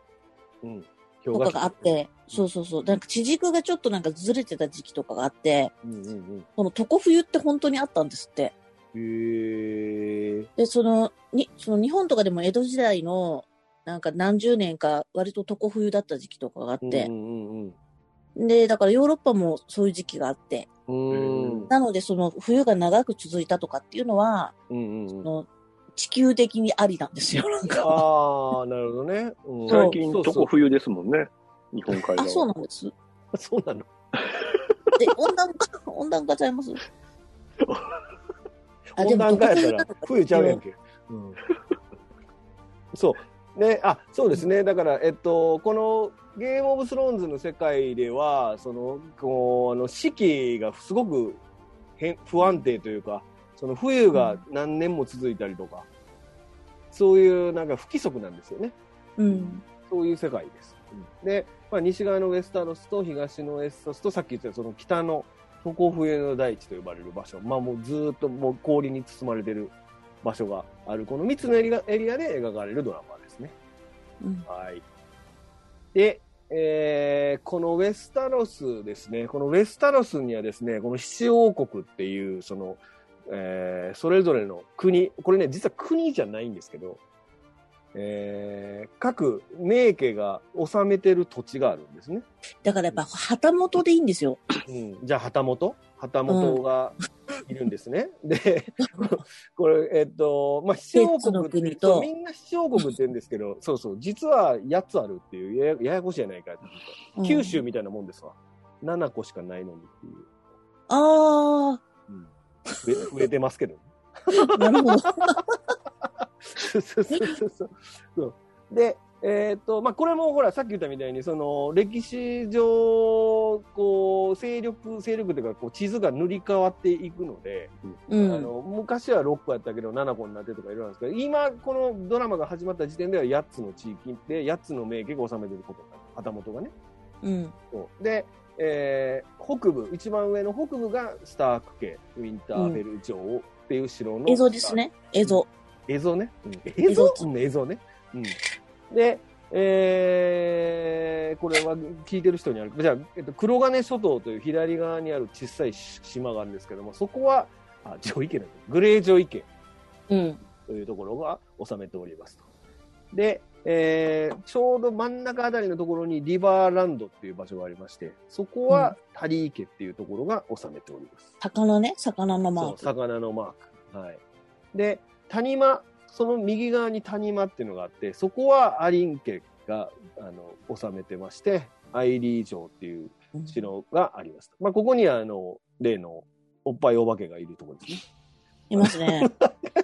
うん、うん、と氷河か期があっ、て、そうそうそう。なんか地軸がちょっとなんかずれてた時期とかがあって、うんうんこの床冬って本当にあったんですって。うん、へえで、その、に、その日本とかでも江戸時代の、なんか何十年か割と床冬だった時期とかがあってう、んうんで、だからヨーロッパもそういう時期があって、うんなのでその冬が長く続いたとかっていうのは、うんうんそうんの地球的にありなんですよ、なんか。ああなるほどね、うん最近、そうとそうこ冬ですもんね。日本海あ、そう側。なんです。そうなので、温暖化、 温暖化ちゃいますあ で温も暖化やったら冬ちゃうやんけ。そう。ね、あ、そうですね。だから、えっと、このゲームオブスローンズの世界では、その、こう、あの、四季がすごく変不安定というか、その冬が何年も続いたりとか、そういうなんか不規則なんですよね。うん。そういう世界です。で、まあ、西側のウェスタロスと東のエッソスとさっき言ったその北の常冬の大地と呼ばれる場所、まあ、もうずーっともう氷に包まれてる場所があるこの3つのエリアエリアで描かれるドラマですね。うん。はい。で、えーこのウェスタロスですね、このウェスタロスにはですね、この七王国っていう、その、えーそれぞれの国、これね、実は国じゃないんですけど、えー各名家が治めてる土地があるんですね。だからやっぱ旗本でいいんですよ。うん、じゃあ旗本旗本がいるんですね。 で、これ、えっと、まあ、七王国って別の国とそうみんな七王国って言うんですけ ど、そうそう、実は8つあるっていう、ややややこしいじゃないかっていうとうん九州みたいなもんですわ。7個しかないのにっていう。あうんで増えてますけどね。 あ、なるほど。そうそうそうそうそう。で、えーっと、まあ、これもほら、さっき言ったみたいに、その、歴史上、こう、勢力、勢力というか、こう、地図が塗り替わっていくので、あうん。の昔は6個やったけど7個になってとかいろいろなんですけど今このドラマが始まった時点では8つの地域で8つの名家が治めてることになる旗本がね。うん。そうで、えー北部一番上の北部がスターク家ウィンターベル城っていう城の、映像ですね。映像。映像ね、映映像像うん映像ね、うん、で、えーこれは聞いてる人にあるじゃあ、えっと、黒金諸島という左側にある小さい島があるんですけどもそこはあ上池なんだグレー上池うん。というところが収めておりますと。で、えーちょうど真ん中あたりのところにリバーランドっていう場所がありまして、そこはタリー家っていうところが収めております。魚ね。魚のマそーう、ク。魚のマーク。はい。で、谷間、その右側に谷間っていうのがあって、そこはアリン家が、あの、収めてまして、アイリー城っていううん城があります。まあ、ここには、あの、例の、おっぱいお化けがいるところですね。いますね。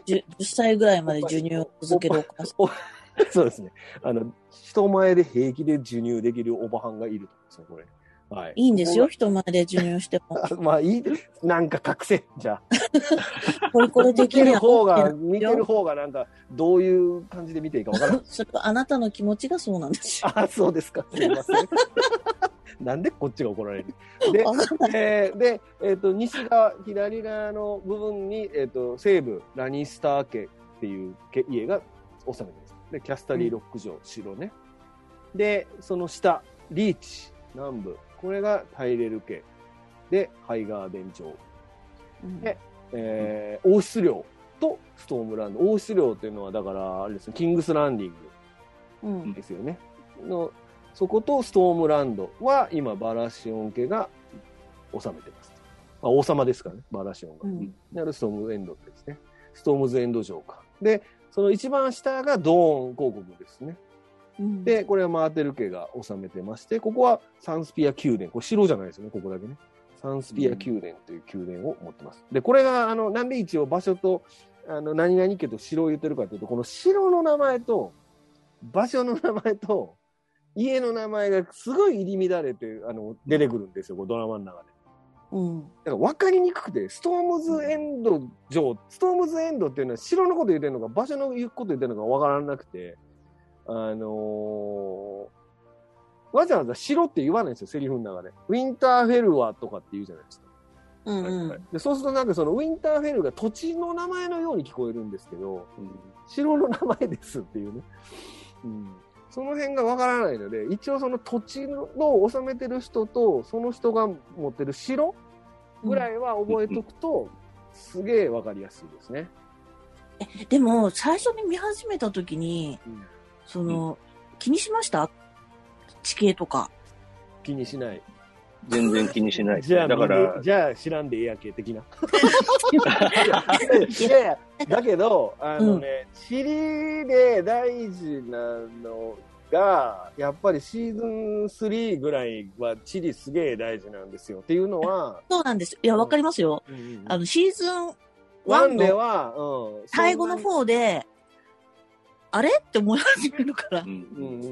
10, 10歳ぐらいまで授乳を続けるお母さん。 そうですね。あの、人前で平気で授乳できるおばはんがいると思うんですね、これ。はい。いいんですよ。人前で授乳しても。あ まあいいです。なんか隠せ。じゃあ。これこれで見きてるるや方が、ん。見てる方がなんか、どういう感じで見ていいかわからん。それはあなたの気持ちがそうなんですよ。あ、そうです か。すみません。なんでこっちが怒 られるでわかんないえーで、えっと西側左側の部分に、えっと西部ラニスター家っていう家家が治めてますでキャスタリーロック城、城ねでその下リーチ南部これがタイレル家でハイガーデン城、うんねえー王室領とストームランド王室領っていうのはだからあれですねキングスランディングうん。ですよねのそことストームランドは今バラシオン家が治めてます、まあ、王様ですからねバラシオンが、うんなるストームエンドですねストームズエンド城かでその一番下がドーン公国ですねうんでこれはマーテル家が治めてましてここはサンスピア宮殿これ城じゃないですよねここだけねサンスピア宮殿という宮殿を持ってます、でこれがあのなんで一応場所とあの何々家と城を言ってるかというとこの城の名前と場所の名前と家の名前がすごい入り乱れてあの出てくるんですよこうドラマの中で。うん。だから分かりにくくて、ストームズエンド城、ストームズエンドっていうのは城のこと言ってるのか、場所の言うこと言ってるのか分からなくて、あのーわざわざ城って言わないんですよ、セリフの中で。ウィンターフェルはとかって言うじゃないですか。うんうん。はいでそうするとなんかそのウィンターフェルが土地の名前のように聞こえるんですけど、城の名前ですっていうね。うんその辺がわからないので、一応その土地のを治めてる人と、その人が持ってる城ぐらいは覚えとくと、すげえわかりやすいですね。でも、最初に見始めたときに、うんその、気にしました地形とか。気にしない。全然気にしないですじゃあ、ね。だだかからら、じゃあ知らんでええやけ的な。いやいや、 だけど、あのね、地理で大事なのが、やっぱりシーズン3ぐらいは地理すげえ大事なんですよ。っていうのは、そうなんです。いや、わかりますよ。あの、シーズンワ1ンでのは、うん。最後のそんなに方で、あれって思い始めるからう。うんんうんうんう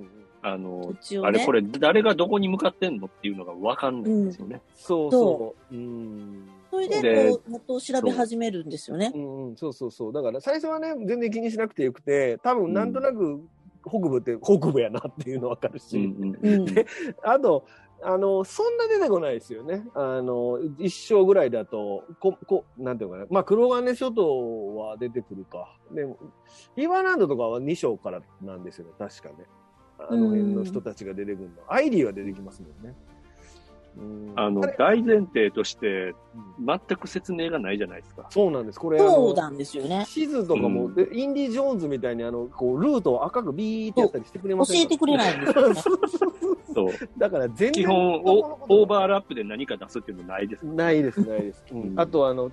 ん。あの途、中ねあれこれ誰がどこに向かってんのっていうのがわかんないんですよね。そうそう。うん。それで、でこう、元を調べ始めるんですよね。うんうん、そうそうそう。だから最初はね、全然気にしなくてよくて、多分なんとなく北部って北部やなっていうのわかるし、うんうんうん。あと、あの、そんな出てこないですよね。あの、一章ぐらいだと、こ、こ、なんていうのかな。まあ、黒金諸島は出てくるか。でも、リバーランドとかは2章からなんですよね、確かね。あの辺の人たちが出てくるの。アイリーは出てきますもんね。うんあの、れ大前提としてうん全く説明がないじゃないですか。そうなんです。これ、あのそうなんですよね。地図とかも、うんでインディ・ジョーンズみたいにあのこうルートを赤くビーってやったりしてくれ教ませんえてくれないんですよね。そう。だから全然基本男のお、ことオーバーラップで何か出すっていうのないです。ないですないです、うんうんあとあの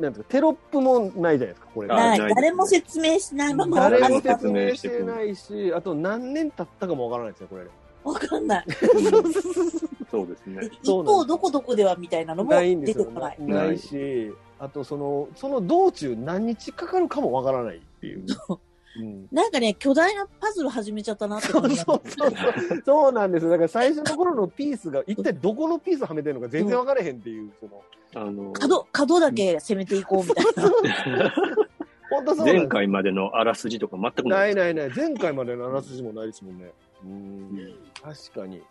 なんていうかテロップもないじゃないですかこれあない。ないですね誰も説明しないままあわ誰かんもない説明してないしあと何年経ったかもわからないですよこれわかんない。うんそうですねで。一そうなんで方、すどこどこではみたいなのもないんで出すてよこない。なないしあとそのその道中何日かかるかもわからないっていう、うん、なんかね、巨大なパズル始めちゃったなってそ感うじなそのうそうそう。そうなんですよ。だから最初の頃のピースが一体どこのピースはめてるのか全然分かれへんっていう、その、あの、角、角だけ攻めていこうみたいな。本当そうなん前です回までのあらすじとか全くな。ないいないない。前回までのあらすじもないですもんね。うん。確かに。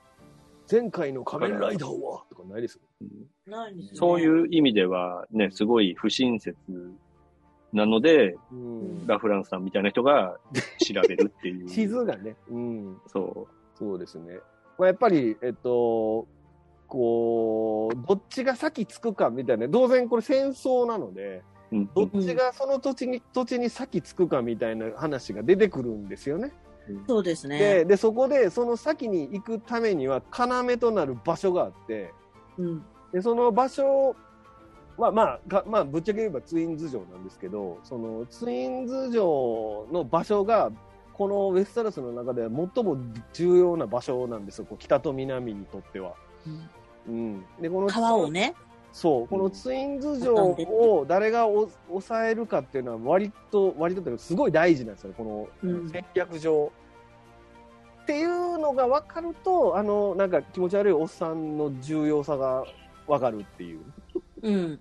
前回の仮面ライダーはとかないですうんないんですよねそういう意味ではね、すごい不親切なので、もん。うん。ラフランスさんみたいな人が調べるって いう。地図がね。うん。そそうですね。まあ、やっぱり、えっと、こう、どっちが先つくかみたいな、当然これ戦争なので、う。うんどっちがその土地に、土地に先つくかみたいな話が出てくるんですよね。そうですね。で、で、そこで、その先に行くためには、要となる場所があって、うん。で、その場所は、まあ、がまあ、ぶっちゃけ言えばツインズ城なんですけど、そのツインズ城の場所が、このウェスタロスの中では最も重要な場所なんですよ、こう北と南にとっては。うん。で、この川をね。そう、このツインズ城を誰がお抑えるかっていうのは割と、割とっていうかすごい大事なんですよね、こうんの戦略上。っていうのが分かると、あの、なんか気持ち悪いおっさんの重要さが分かるっていう。うん。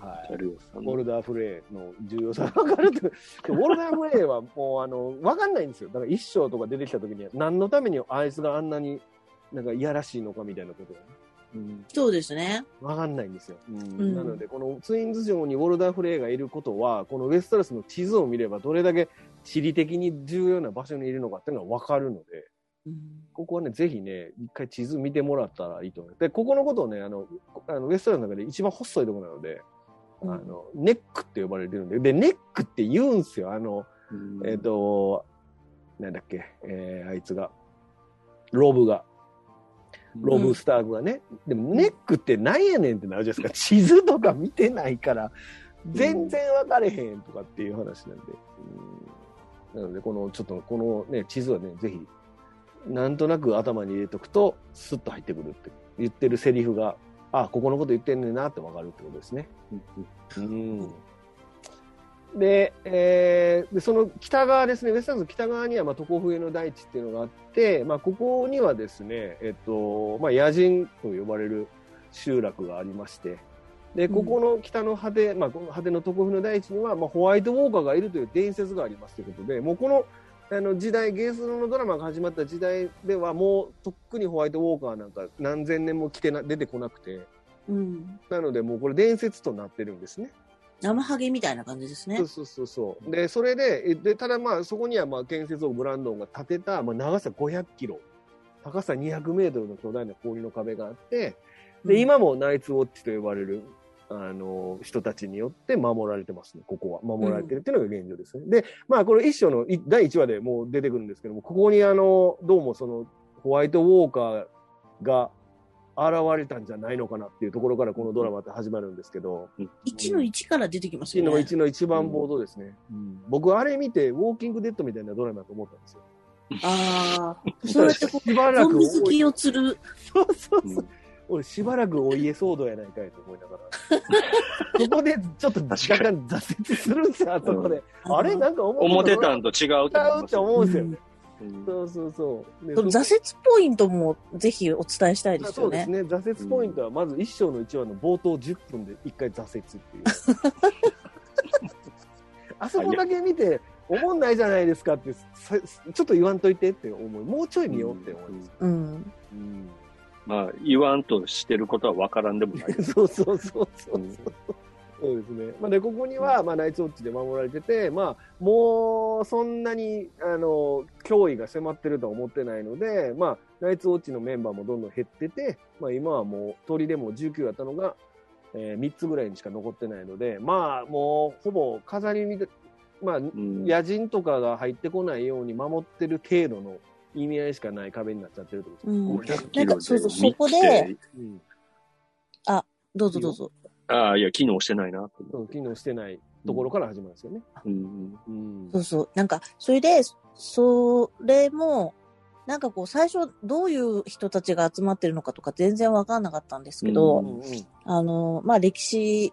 はやい。るよそウのォルダーフレイの重要さが分かるという。でウォルダーフレイはもう、あの、分かんないんですよ。だから一章とか出てきた時には、何のためにあいつがあんなに、なんかいやらしいのかみたいなことがねうんそうですね。わかんないんですよ、んなのでこのツインズ城にウォルダーフレイがいることはこのウェストラスの地図を見ればどれだけ地理的に重要な場所にいるのかっていうのがわかるのでうんここはねぜひね一回地図見てもらったらいいと思いますでここのことをねあのあのウェストラスの中で一番細いところなので、うんあのネックって呼ばれてるんででネックって言うんですよあの、えっ、となんだっけ、えーあいつが、ロブが、ロブスターグがね、でもネックってなんやねんってなるじゃないですか、地図とか見てないから、全然分かれへんとかっていう話なんで、うんなので、このちょっとこの、ね、地図はね、ぜひ、なんとなく頭に入れとくと、スッと入ってくるって言ってるセリフが、あここのこと言ってんねんなって分かるってことですね。うんで,、えーでその北側ですね、ウェスタンズ北側にはまあ床笛の大地っていうのがあって、まあ、ここにはですね、えっとまあ、野人と呼ばれる集落がありまして、でここの北の果て、まあ、この果ての床笛の大地には、まあ、ホワイトウォーカーがいるという伝説がありますということで、もうこのあの時代、ゲースロのドラマが始まった時代では、もうとっくにホワイトウォーカーなんか何千年も来てな出てこなくて、うん。なので、もうこれ、伝説となってるんですね。生ハゲみたいな感じですねそう。そうそうそう。で、それで、えでただまあ、そこにはまあ建設をブランドンが建てた、まあ、長さ500キロ、高さ200メートルの巨大な氷の壁があって、うんで、今もナイツウォッチと呼ばれる、あの、人たちによって守られてますね、ここは。守られてるっていうのが現状ですね。で、まあ、これ一章のい第1話でもう出てくるんですけども、ここにあの、どうもその、ホワイトウォーカーが現れたんじゃないのかなっていうところからこのドラマって始まるんですけど、 1の1から出てきます1よのね。 1の一番冒頭ですね、僕あれ見てウォーキングデッドみたいなドラマだと思ったんですよああ。そうやってこしばう、らゾくンビ好おいきを釣る。そうそうそううん俺しばらくお家騒動やないかいと思いな がらそこでちょっと若確か干挫折するんですよあそこで、あれなんか思思ってたんんと違うと違思いうっますてよ。思うんですよね、うんそうそうそうでその挫折ポイントもぜひお伝えしたいでまあすそようですね。ね挫折ポイントはまず1章の1話の冒頭10分で1回挫折っていうあそこだけ見て思んないじゃないですかってさちょっと言わんといてって思いもうちょい見ようって思います、うん。うんまあ、言わんとしてることは分からんでも ないです。そうそうそうそう、うんそうですね、まあ、でここには、まあ、ナイツウォッチで守られてて、まあ、もうそんなにあの脅威が迫ってるとは思ってないので、まあ、ナイツウォッチのメンバーもどんどん減ってて、まあ、今はもう鳥でも19やったのが、え3つぐらいにしか残ってないので、まあ、もうほぼ飾りみたまあ、うん野人とかが入ってこないように守ってる程度の意味合いしかない壁になっちゃってるってことでうん。 500なんキロかでそうそう見てそこで、す、うんどうぞどうぞ。ああ、いや、機能してないな。そう機能してないところから始まるんですよね。うんうんそうそう。なんか、それで、それも、なんかこう、最初、どういう人たちが集まってるのかとか全然わかんなかったんですけど、うんあの、まあ、歴史、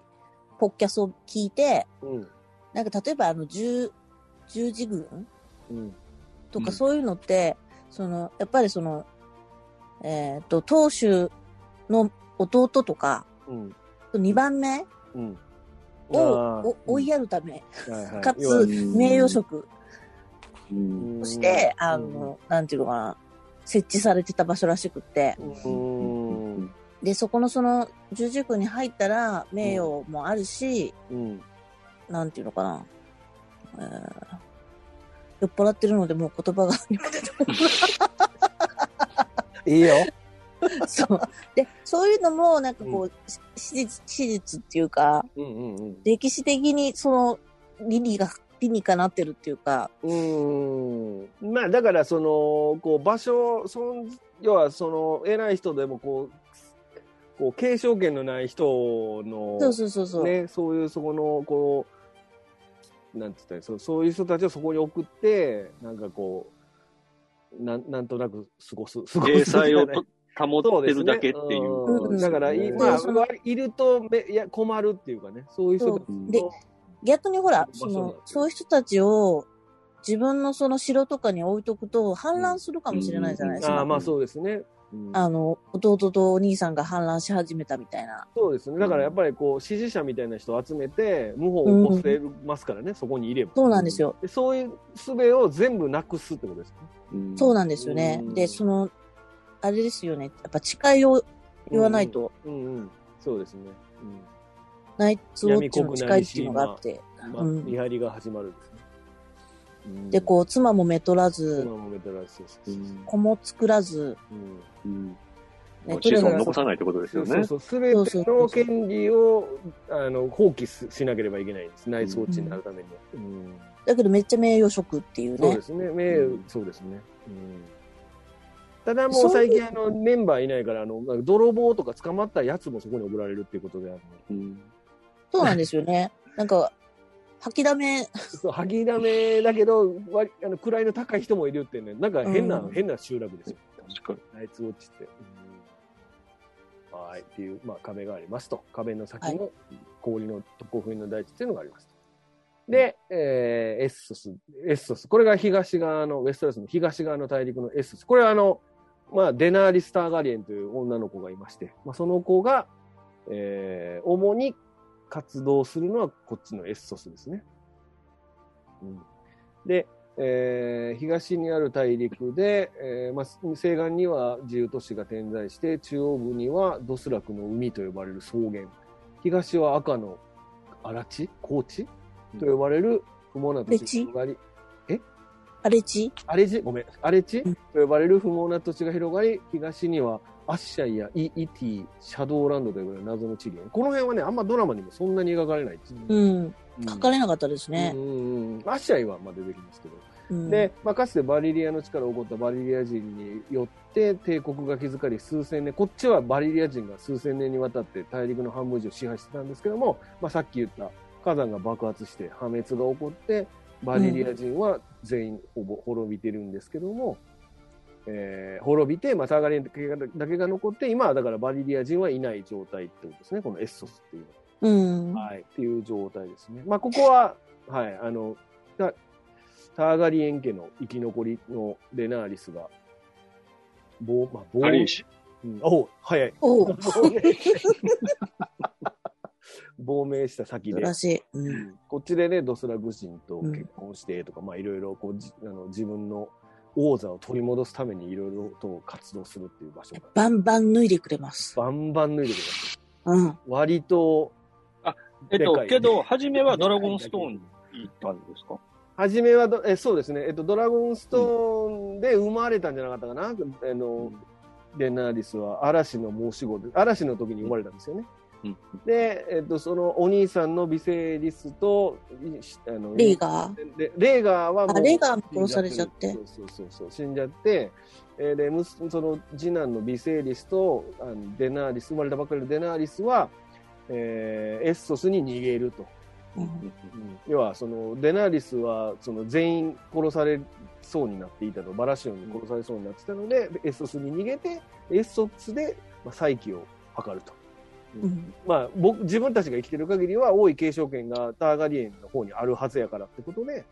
ポッキャスを聞いて、うんなんか例えばあの、十、十字軍うんとうかんそういうのって、その、やっぱりその、えっ、と、当主の弟とか、うん2番目うんをあーお追いやるため、うんはいはいかつ要はうん名誉職うんうんとして、あの、なんていうのかな、設置されてた場所らしくって、うんうんで、そこのその十字軍に入ったら名誉もあるし、うんなんていうのかな、えー酔っ払ってるのでもう言葉がいいよそう。で、そういうのもなんかこう、し史実、史実っていうか、うんうん歴史的にその理にが、理にかなってるっていうか、うんうんまあだからそのこう場所そん要はその偉い人でもこうこう継承権のない人のそうそうそうそう。ね、そういうそこのこうなんて言ったらいいそうそういう人たちをそこに送ってなんかこうなんなんとなく過ごす過ごす体裁をじゃないと保ってるだけっていうそことですねうんだかですよね。らい、んまあそう、いるとめいや困るっていうかね、そういう人たちうんで逆にほら、そそうなんので、すよそういう人たちを、自分のその城とかに置いとくと、反乱するかもしれないじゃないですあか。あまあそうですね、うんあの、弟とお兄さんが反乱し始めたみたいな。そうですね、だからやっぱりこう支持者みたいな人を集めて、謀反を起こせますからね、そこにいれば。そうなんですよ。でそういう術を全部なくすってことですね。うんそうなんですよねうん。で、その、あれですよね。やっぱ誓いを言わないと、うんうん、そうですね。ナイツウォッチの誓いっていうのがあって。うんまあうん見張りが始まるんですね。うんで、こう、妻もめとらず、今もめたらそうそうそうう。ん子も作らず、うんうんね子孫をと残さないってことですそようそうね。そう、すべての権利をあの放棄すしなければいけないんです、ナイスウォッチになるためには。うんだけどめっちゃ名誉職っていうそうねで。すね。名うんそうですね。うんただもう最近あのメンバーいないから、あの、泥棒とか捕まったやつもそこに送られるっていうことで、あ の、うんそうなんですよね。なんか、吐きだめ、そう、吐きだめだけど、割あの位の高い人もいるってね、なんか変な、うん変な集落ですよ。確かに。ナイツウォッチって。うんはい、っていう、まあ壁がありますと。壁の先の氷の特攻の大地っていうのがありますと。で、えーエッソス、エッソス。これが東側の、ウェストラスの東側の大陸のエッソス。これはあの、まあ、デナーリス・ターガリエンという女の子がいまして、まあ、その子が、えー主に活動するのはこっちのエッソスですね。うん、で、えー東にある大陸で、えーまあ、西岸には自由都市が点在して、中央部にはドスラクの海と呼ばれる草原、東は赤の荒地、高地と呼ばれる不毛な土荒地地が広がり、荒れ地荒れ地、ごめん、荒れ地うんと呼ばれる不毛な土地が広がり、東にはアッシャイやイ・イティ、シャドーランドと呼ばれる謎の地源。この辺はね、あんまドラマにもそんなに描かれない。うん。うん書かれなかったですねう。んうんうんアッシャイはまあ出てきますけど。うんで、まあ、かつてバリリアの力を起こったバリリア人によって帝国が築かれ数千年こっちはバリリア人が数千年にわたって大陸の半分以上支配してたんですけども、まあ、さっき言った火山が爆発して破滅が起こってバリリア人は全員ほぼ滅びてるんですけども、えー滅びて、まあ、ターガリエンだけがだけが残って今はだからバリリア人はいない状態ってことですねこのエッソスっていうのはうん。はい、っていう状態ですね。まあ、ここは、はい、あの、タターガリエン家の生き残りのレナーリスが、棒、まあ、棒、ありえし。うん、お早い。おう。亡命して亡命した先素晴で、らしい。うん。こっちでね、ドスラグ人と結婚してとか、まあ、いろいろ、こう、じあの自分の王座を取り戻すためにいろいろと活動するっていう場所が、バンバン脱いでくれます。バンバン脱いでください。うん。割と、えっでかとい、けど、初めはドラゴンストーンに行ったんですか初めはどえ、そうですね、えっと、ドラゴンストーンで生まれたんじゃなかったかな、あのレナーリスは嵐の申し子で、嵐の時に生まれたんですよね。うんで、えっと、そのお兄さんのビセリスと、いしあのレイガー。レレーガーはもあうレーガーも殺されちゃってそうそうそうそう死んじゃって、えーでむすその次男のビセーリスとあのデナーリス生まれたばっかりのデナーリスは、えーエッソスに逃げるとうん要はそのデナーリスはその全員殺されそうになっていたとバラシオンに殺されそうになってたので、エッソスに逃げてエッソスでまあ再起を図ると、うん。まあ、僕自分たちが生きてる限りは王位継承権がターガリエンの方にあるはずやからってことで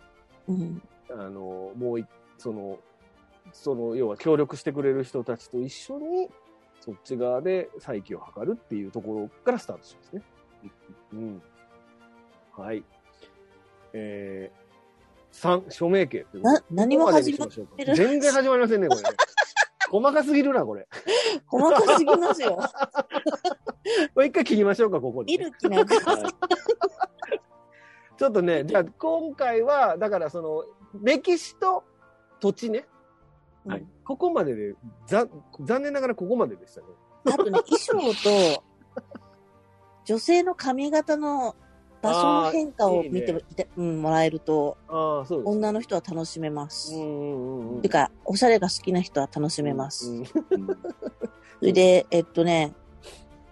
うん。あのもういそのその要は協力してくれる人たちと一緒にそっち側で再起を図るっていうところからスタートしますね。うん。はい。えー、3、署名権ということなで。、何も始まこっこまでてにしましょうかる全然始まりませんね、これ ね。細かすぎるな、これ。細かすぎます よ。これ一回切りましょうか、ここに見ね、る気なく。ちょっとね、じゃあ今回は、だからその、歴史と土地ね。はいここまでで、ざ残念ながらここまででしたね。あとね、衣装と、女性の髪型の場所の変化を見てあーいいてうん、もらえると、ああ、そうです。女の人は楽しめます。うんうんうんうん。てか、おしゃれが好きな人は楽しめます。うん。うんそれで、えっとね、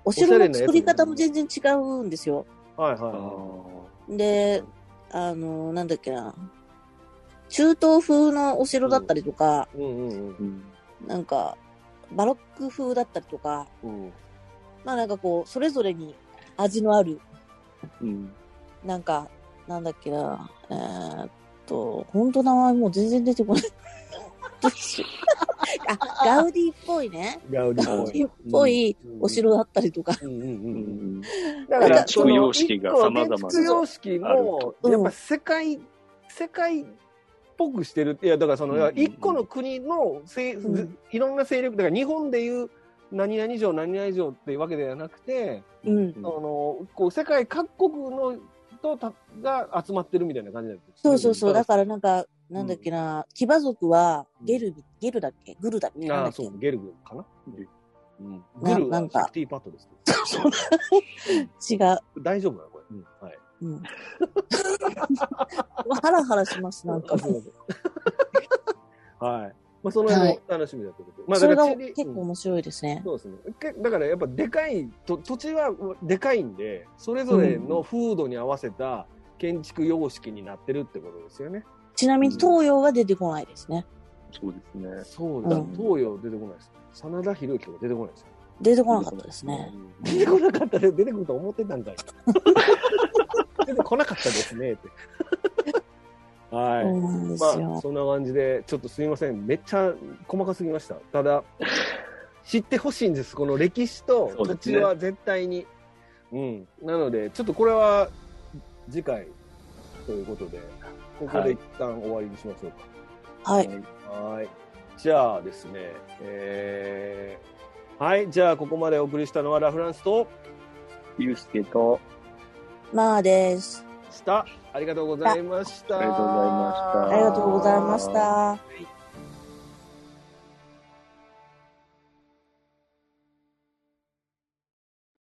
おおしゃ城れのなやつ作り方も全然違うんですよ。はいはいあはーで、あの、なんだっけな。中東風のお城だったりとか、い。うんうんうんなんか、バロック風だったりとか、うん。うんまあなんかこう、それぞれに味のある、うんなんか、なんだっけな、えーっと、本当名前もう全然出て こない。どうしようあ、ガウディっぽいね。ガウデガウディィっぽいお城だ。だったりとか、うんうんう。うんんだからその築建様式が様々な建築様式も、あるやっぱ世界、世界っぽくしてるって、いや、だからその、うんいや一個の国のせい、うんいろんな勢力、だから日本でいう何々城、何々城っていうわけではなくて、うんその、こう、世界各国の人たが集まってるみたいな感じだったそうそうそう、だら、からなんか、なんだっけな、騎馬族はゲルビ、ゲルだっけグルだっけなんあだあ、っけそう、ゲルグかな。うん、なグルなはんシか ティパッドですけど。違う。大丈夫なのこれ。うんはい。 うん。ハラハラします、なんかもう。 はい。まあ、その辺はもい楽しみだということで。それまあ、がだから地理結構面白いですね。そうですね。けだからやっぱでかいと土地はでかいんで、それぞれの風土に合わせた建築様式になってるってことですよね。ちなみに東洋は出てこないですね。そうですね。そうだ、うん東洋出てこないです。真田広之とか出てこないです。出てこなかったですね。出てこなかったで出てくると思ってたんかい。 出てこなかったですねって。はい。そうなんですまあ、よ。そんな感じで、ちょっとすみません。めっちゃ細かすぎました。ただ、知ってほしいんです。この歴史とそう土です地ねは絶対に。うん。なので、ちょっとこれは次回ということで、ここで一旦終わりにしましょうか。はい。はい。じゃあですね、えー、はい。じゃあ、ここまでお送りしたのはラ・フランスと、ゆうすけと、まあです。した。ありがとうございました。ありがとうございましたありがとうございました。はい